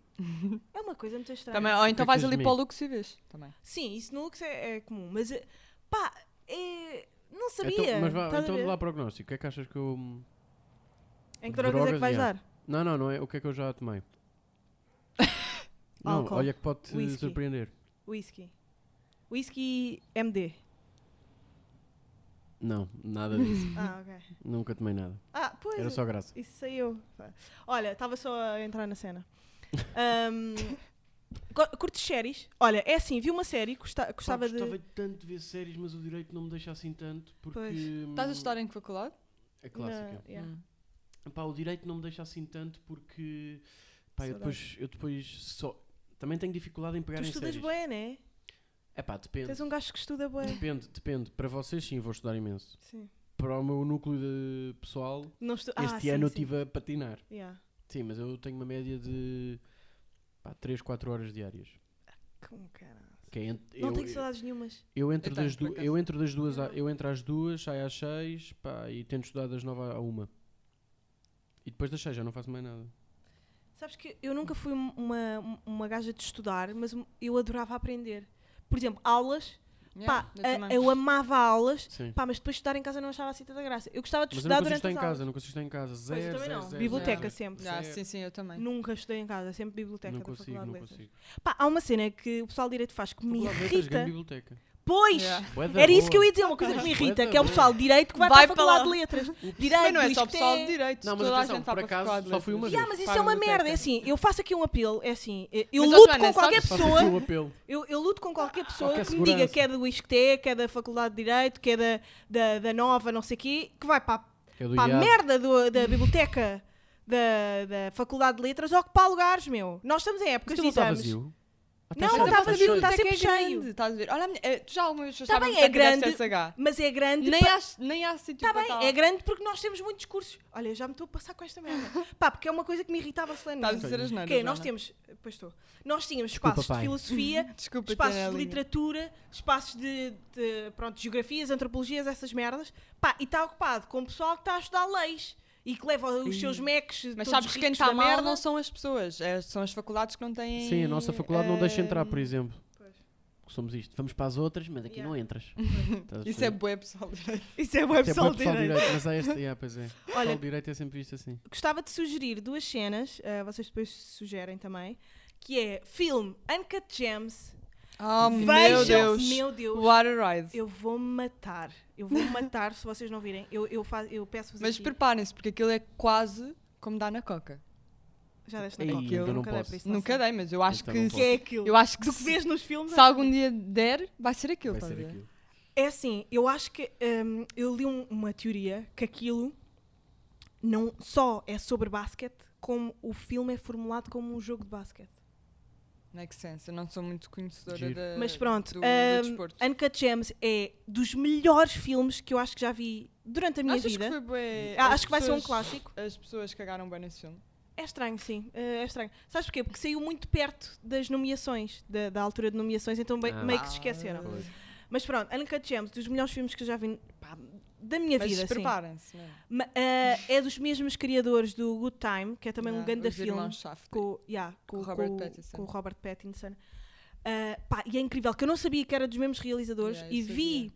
É uma coisa muito estranha.
Também, ou então
que é que
vais
tens
ali
de
para o
mim?
Lux e vês. Também.
Sim, isso no Lux é, é comum, mas eh, pá, é, não sabia.
Então, mas vá,
estás a
então
ver?
lá prognóstico. O que é que achas que eu.
em que drogas, é que
drogas,
vais
yeah.
dar?
Não, não, não é. O que é que eu já tomei? não,
Álcool.
olha que pode te
Whisky.
surpreender.
Whisky. Whisky MD.
Não, nada disso.
Ah, ok.
Nunca tomei nada.
Ah, pois.
Era só graça.
Isso saiu. Olha, estava só a entrar na cena. Ahm, go- curtes séries? Olha, é assim, vi uma série, gosta-
Pá,
gostava de.
gostava tanto de ver séries, mas o direito não me deixa assim tanto porque.
Pois.
hum,
Estás a estudar em que faculdade?
É clássica.
Na- yeah.
Hum.
Pá, o direito não me deixa assim tanto porque. Pá, eu
Saudades.
depois, eu depois só. Também tenho dificuldade em pegar
Tu
em
estudas
séries.
bué, não é?
É pá, depende.
Tens um gajo que estuda bué.
Depende, depende. Para vocês, sim, vou estudar imenso.
Sim.
Para o meu núcleo de pessoal,
Não estu- ah,
este
sim,
ano eu
sim.
estive a patinar.
Yeah.
Sim, mas eu tenho uma média de pá, 3, 4 horas diárias.
Com caralho.
Que é ent-
Não
eu,
tenho saudades nenhumas.
eu entro
Eu tenho,
das
por
du-
acaso.
eu entro das duas, a- eu entro às duas, saio às 6 pá, e tento estudar das 9 à 1. E depois das 6 já não faço mais nada.
Sabes que eu nunca fui um- uma, uma gaja de estudar, mas um- eu adorava aprender. Por exemplo, aulas,
Yeah,
pá,
eu
a-
também.
eu, amava aulas,
Sim.
pá, mas depois estudar em casa não achava assim tanta graça. Eu gostava de
Mas eu
estudar
não consigo
durante
estar em
as aulas.
casa, não consigo estar em casa.
Pois,
Zero,
eu também
zero,
não.
zero,
Biblioteca
zero.
sempre.
Ah,
Zero.
sim, sim, eu também.
Nunca estudei em casa, sempre biblioteca
é? Não
da
consigo,
Faculdade
não
de Letras.
consigo.
Pá, há uma cena que o pessoal de Direito faz que me
Faculdade de Letras, grande
irrita.
biblioteca.
Pois!
Yeah.
Bué da
Era isso
boa.
que eu ia dizer, uma coisa que me irrita,
Bué da
que é o pessoal de Direito que vai,
Vai
para a
para
Faculdade
lá.
de Letras. Direito,
Mas não é só o pessoal de
Direito.
direito.
Não, mas
toda a
atenção,
gente vai
por
para a
acaso,
faculdade de
só fui uma
letras.
vez.
Yeah, mas isso
Para
é
a
uma
biblioteca.
merda, é assim, eu faço aqui um apelo, é assim, eu
Mas, ó,
luto
Joana,
com qualquer
sabes-
Faço aqui
pessoa
um apelo.
Eu, eu luto com qualquer pessoa
Ah, Qualquer
que me diga
segurança.
que é do ISCTE, que é da Faculdade de Direito, que é da, da, da Nova, não sei o quê, que vai para, a-
Que é do
para a
IAD.
merda do- da biblioteca da, da Faculdade de Letras ocupar lugares, meu. Nós estamos em épocas
Aquilo
de
não está
exames.
vazio? Ah, tá
Não,
cheio,
não
Mas
está
a
tá
vazio,
cheio.
está
biblioteca
sempre
é grande,
cheio.
Estás a ver? Olha, a minha- eh, tu já alguma vez
Tá
estava
bem,
no
é
grande.
grande.
SH.
Mas é grande.
Nem
pa-
há, tipo, nem há sítio
Tá
para
bem,
tal.
é grande porque nós temos muitos cursos. Olha, eu já me estou a passar com esta merda. Pá, porque é uma coisa que me
Tá
irritava
Estás a
solenemente.
dizer as neiras,
Que é, nós
Ana.
temos. Pois estou. Nós tínhamos
Desculpa,
espaços de
pai.
filosofia,
Desculpa,
espaços de
Tânia, linda.
literatura, espaços de, de, pronto, geografias, antropologias, essas merdas, pá, e está ocupado com o pessoal que está a estudar leis e que leva os seus mecs
Mas
todos
sabes que quem
ricos da
está mal
merda.
não são as pessoas, é- são as faculdades que não têm.
Sim, a nossa faculdade não deixa entrar, por
eh,
exemplo.
Ehm, Pois.
Porque Somos isto. Vamos para as outras, mas aqui
Yeah.
não entras. Estás a
Isso é
perceber?
bué pessoal. direito.
Isso é bom
Isso é
pessoal
bué pessoal
direito.
direito, Mas há este, yeah, pois é. O
Olha,
pessoal direito é sempre visto assim.
gostava de sugerir duas cenas, ah, vocês depois sugerem também, que é filme Uncut Gems.
Oh
Vejam,
meu Deus!
Ah, meu Deus.
What a ride!
Eu vou matar. Eu vou matar se vocês não virem. Eu, eu, fa- eu peço-vos
Mas
aqui.
preparem-se, porque aquilo é quase como dar na coca.
Já deste
Ei,
na coca.
ainda
Eu
não
nunca dei
posso.
para isso. não
Nunca
sei.
dei, mas eu acho
Então
que.
não
Que
se-
é aquilo.
Eu acho que
Do que
se,
vês nos filmes.
se algum dia der, vai ser aquilo.
Vai
estás a
ser
ver?
aquilo.
É assim, eu acho que hum, eu li um- uma teoria que aquilo não só é sobre basquete, como o filme é formulado como um jogo de basquete.
Make sense. Eu não sou muito conhecedora
Giro.
da,
Mas pronto, hum,
do,
ahm,
do desporto.
Uncut Gems é dos melhores filmes que eu acho que já vi durante a minha
Achas
vida.
que foi bué-
Ah,
as
acho que vai ser um
pessoas-
clássico.
As pessoas cagaram bem nesse filme.
É estranho, sim. eh, É estranho. Sabes porquê? Porque saiu muito perto das nomeações, da, da altura de nomeações, então bem-
Ah.
meio que se esqueceram.
Pois.
Mas pronto, Uncut Gems, dos melhores filmes que eu já vi pá, da minha
Mas
vida, sim.
preparem-se, não é?
Ma- eh, é dos mesmos criadores do Good Time, que é também um
Yeah,
grande
os
filme.
irmãos Shaft.
com, yeah, com,
Com
com,
Robert Pattinson.
com o Robert Pattinson. Ah, pá, e é incrível, que eu não sabia que era dos mesmos realizadores
Yeah, eu
e vi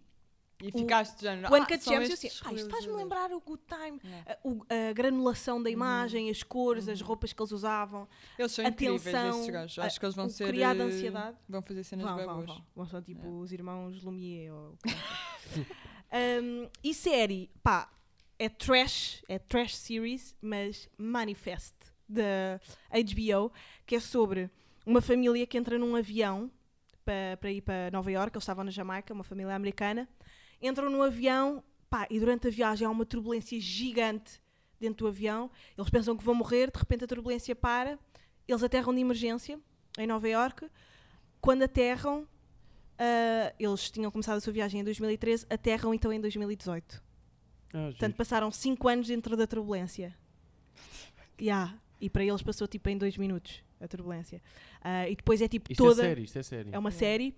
E ficaste de género.
o
"Ah,
Uncut
são
Gems e eu assim,
estes
ah, isto faz-me
realizadores."
lembrar o Good Time.
Yeah. Uhum.
Ah, o- a granulação da imagem, as cores, as roupas que eles usavam,
Eles são incríveis,
atenção,
esses gajos.
ah,
Acho que eles vão
o
ser.
criar de
eh,
ansiedade.
Vão fazer cenas
Vão,
bem
vão,
boas. É.
vão. Vão, são tipo
Yeah.
os irmãos Lumière. Ou... o que é. Um, e série, pá, é trash, é trash series, mas Manifest, da HBO, que é sobre uma família que entra num avião pa- para ir para Nova Iorque, eles estavam na Jamaica, uma família americana, entram num avião, pá, e durante a viagem há uma turbulência gigante dentro do avião, eles pensam que vão morrer, de repente a turbulência para, eles aterram de emergência em Nova Iorque, quando aterram, ah, eles tinham começado a sua viagem em 2013, aterram então em 2018.
Ah,
Portanto, passaram 5 anos dentro da turbulência. Yeah. E para eles passou tipo em 2 minutos a turbulência. Ah, e depois é tipo
isto
toda.
é sério, isto é sério.
É uma série,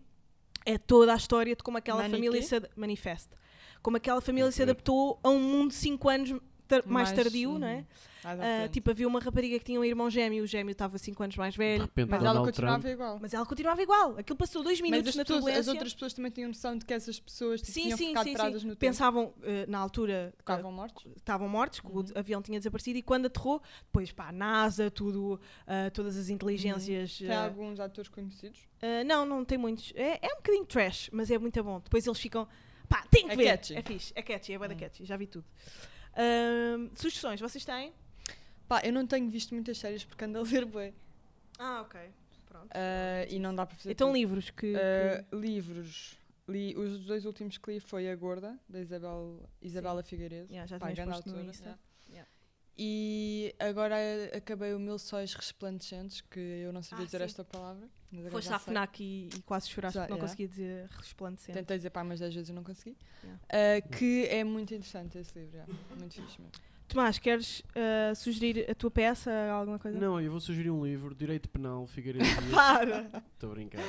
é toda a história de como aquela
Mani
família
quê?
se ad- manifesta. Como aquela família se
Ok.
adaptou a um mundo 5 anos tar- mais,
Mais,
tardio, não
uhum.
é?
Mais à
Ah,
frente.
tipo, havia uma rapariga que tinha um irmão gêmeo, o gêmeo estava 5 anos mais
de
velho.
repente,
Mas ela
Donald
continuava
Trump.
igual.
Mas ela continuava igual. Aquilo passou dois
Mas
minutos
as,
na
pessoas- as
turbulência.
outras pessoas também tinham noção de que essas pessoas tipo, tinham ficado paradas no tempo.
Pensavam, eh, na altura,
Ficavam Uhum. mortos.
eh, estavam mortos, que o avião tinha desaparecido e quando aterrou, depois pá, a NASA, tudo, ah, todas as inteligências.
Tem
ah,
alguns atores conhecidos.
ah, não, não tem muitos. É, é um bocadinho trash, mas é muito bom. Depois eles ficam, pá, tem que
É
ver.
catchy. Hum.
É fixe, é catchy, é bué da catchy, já vi tudo. Ahm, sugestões, vocês têm?
Pá, eu não tenho visto muitas séries porque ando a ler bué.
Ah, ok. Pronto.
Ah, e não dá para fazer
então
tudo.
livros que.
Ah,
que-
livros. Li, os dois últimos que li foi A Gorda, da Isabel, Isabela Figueiredo.
Yeah, já
Pá,
tinhas
grande
posto no
autora.
Insta. Yeah.
E agora acabei o Mil Sóis Resplandecentes, que eu não sabia
Ah,
dizer
sim.
esta palavra. mas agora
Foste
já
à
sei.
FNAC e, e quase choraste
Já,
porque não
yeah.
conseguia dizer resplandecente.
Tentei dizer pá, mas 10 vezes eu não consegui.
Yeah.
Ah, que é muito interessante esse livro, yeah. muito fixe mesmo.
Tomás, queres ah, sugerir a tua peça, alguma coisa? Ah,
Não, eu vou sugerir um livro, Direito Penal, Figueiredo Dias.
Para!
Estou a brincar.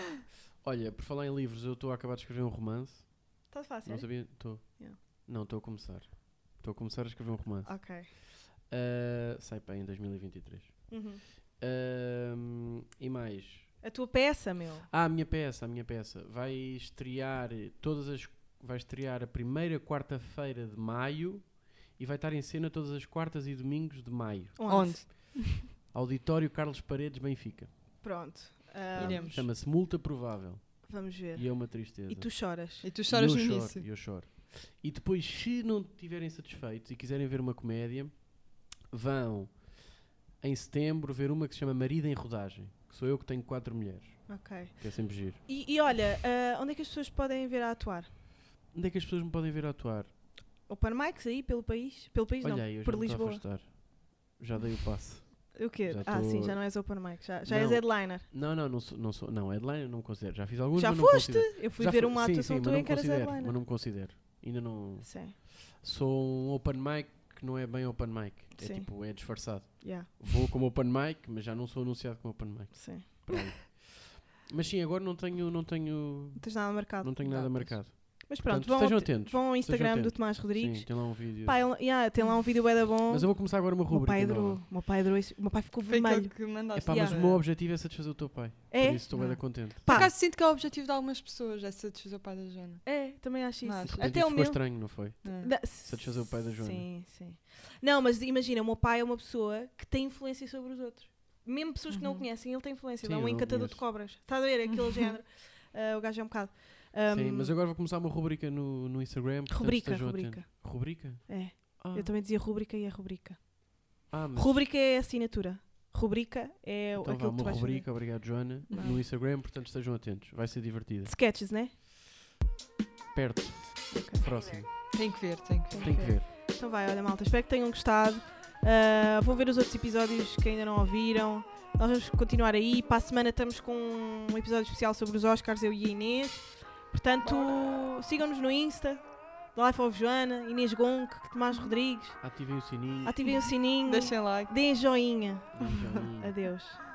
Olha, por falar em livros, eu estou a acabar de escrever um romance.
Está Tá fácil.
Não sabia? Estou.
Yeah.
Não, estou a começar. Estou a começar a escrever um romance.
Ok.
Ah, sai para em 2023.
Uhum.
Ahm, e mais?
A tua peça, meu.
Ah, a minha peça, a minha peça. Vai estrear eh, todas as. Vai estrear a primeira quarta-feira de maio e vai estar em cena todas as quartas e domingos de maio. Auditório Carlos Paredes, Benfica.
Pronto. Ah,
Pronto.
Iremos.
Chama-se Multa Provável.
vamos ver.
E é uma tristeza.
E tu choras.
E tu choras
eu
no
choro,
início.
Eu choro. E depois, se não estiverem satisfeitos e quiserem ver uma comédia, vão em setembro ver uma que se chama Marido em Rodagem. Que sou eu que tenho quatro mulheres.
Ok.
Que é sempre giro.
E, e olha, ah, onde é que as pessoas podem vir a atuar?
Onde é que as pessoas me podem ver atuar?
Open mics aí pelo país? Pelo país
Olha
não,
aí, eu já
por
me estou a
Lisboa.
afastar. Já dei o passo.
O quê?
Já
ah,
tô-
sim, já não és open mic. Já, já és
Não.
headliner.
Não, não, não sou. Não, sou, não headline eu não me considero. Já fiz alguns,
já
mas não
foste?
considero.
Eu fui
Já
ver
fu-
uma
sim,
atuação
sim, mas
tua
não
em
me
que eras
considero,
headliner.
Mas não me considero. Ainda não...
Sim,
Sou um open mic que não é bem open mic. É
Sim.
tipo, é disfarçado.
yeah,
Vou como open mic, mas já não sou anunciado como open mic.
sim.
Por aí. Mas sim, agora não tenho, não tenho,
Não tens nada marcado.
não tenho nada
Datas.
marcado.
Mas pronto,
Portanto,
vão,
estejam
ao-
atentos.
vão ao Instagram do
atentos.
Tomás Rodrigues.
Sim, tem lá um vídeo.
Pá, ele- yeah, tem lá um vídeo bué da bom.
Mas eu vou começar agora uma
O meu
rubrica.
pai
nova.
adorou. O meu pai adorou isso. O meu pai ficou
Foi aquele
vermelho.
que mandaste.
Epá, mas
Yeah.
o meu objetivo é satisfazer o teu pai.
É?
Por isso estou bem
Não.
contente.
Por
Pá.
acaso sinto que é o objetivo de algumas pessoas, é satisfazer o pai da Joana.
É, também acho isso.
Mas-
De
Até
repente isto
o
ficou
meu.
estranho, não foi?
Da-
Satisfazer o pai da Joana.
Sim, sim. Não, mas imagina, o meu pai é uma pessoa que tem influência sobre os outros. Mesmo pessoas que não
Uhum.
conhecem, ele tem influência.
Sim,
ele é
eu
um
não
encantador
conheço.
de cobras. Estás a ver? Aquele género. Ah, o gajo é um bocado. Ahm,
Sim, mas agora vou começar uma rubrica no, no Instagram. portanto,
rubrica,
estejam
rubrica.
atentos. Rubrica?
É.
Ah,
Eu também dizia rubrica e é rubrica.
ah, mas
Rubrica é a assinatura. Rubrica é o
então vá,
aquilo que tu
uma
vais
rubrica, obrigado Joana,
Não.
no Instagram, portanto estejam atentos. Vai ser divertida.
fazer. Sketches, né?
Perto. Próximo.
Tem que ver, tem que ver.
Tem que ver.
Então vai, olha malta, espero que tenham gostado. Ah, vão ver os outros episódios que ainda não ouviram. Nós vamos continuar aí. Para a semana estamos com um episódio especial sobre os Oscars, eu e a Inês. Portanto, sigam-nos no Insta, The Life of Joana, Inês Gonc, Tomás Rodrigues.
Ativem o sininho.
Ativem o sininho,
Deixem like.
deem joinha.
Ativem o joinha.
Adeus.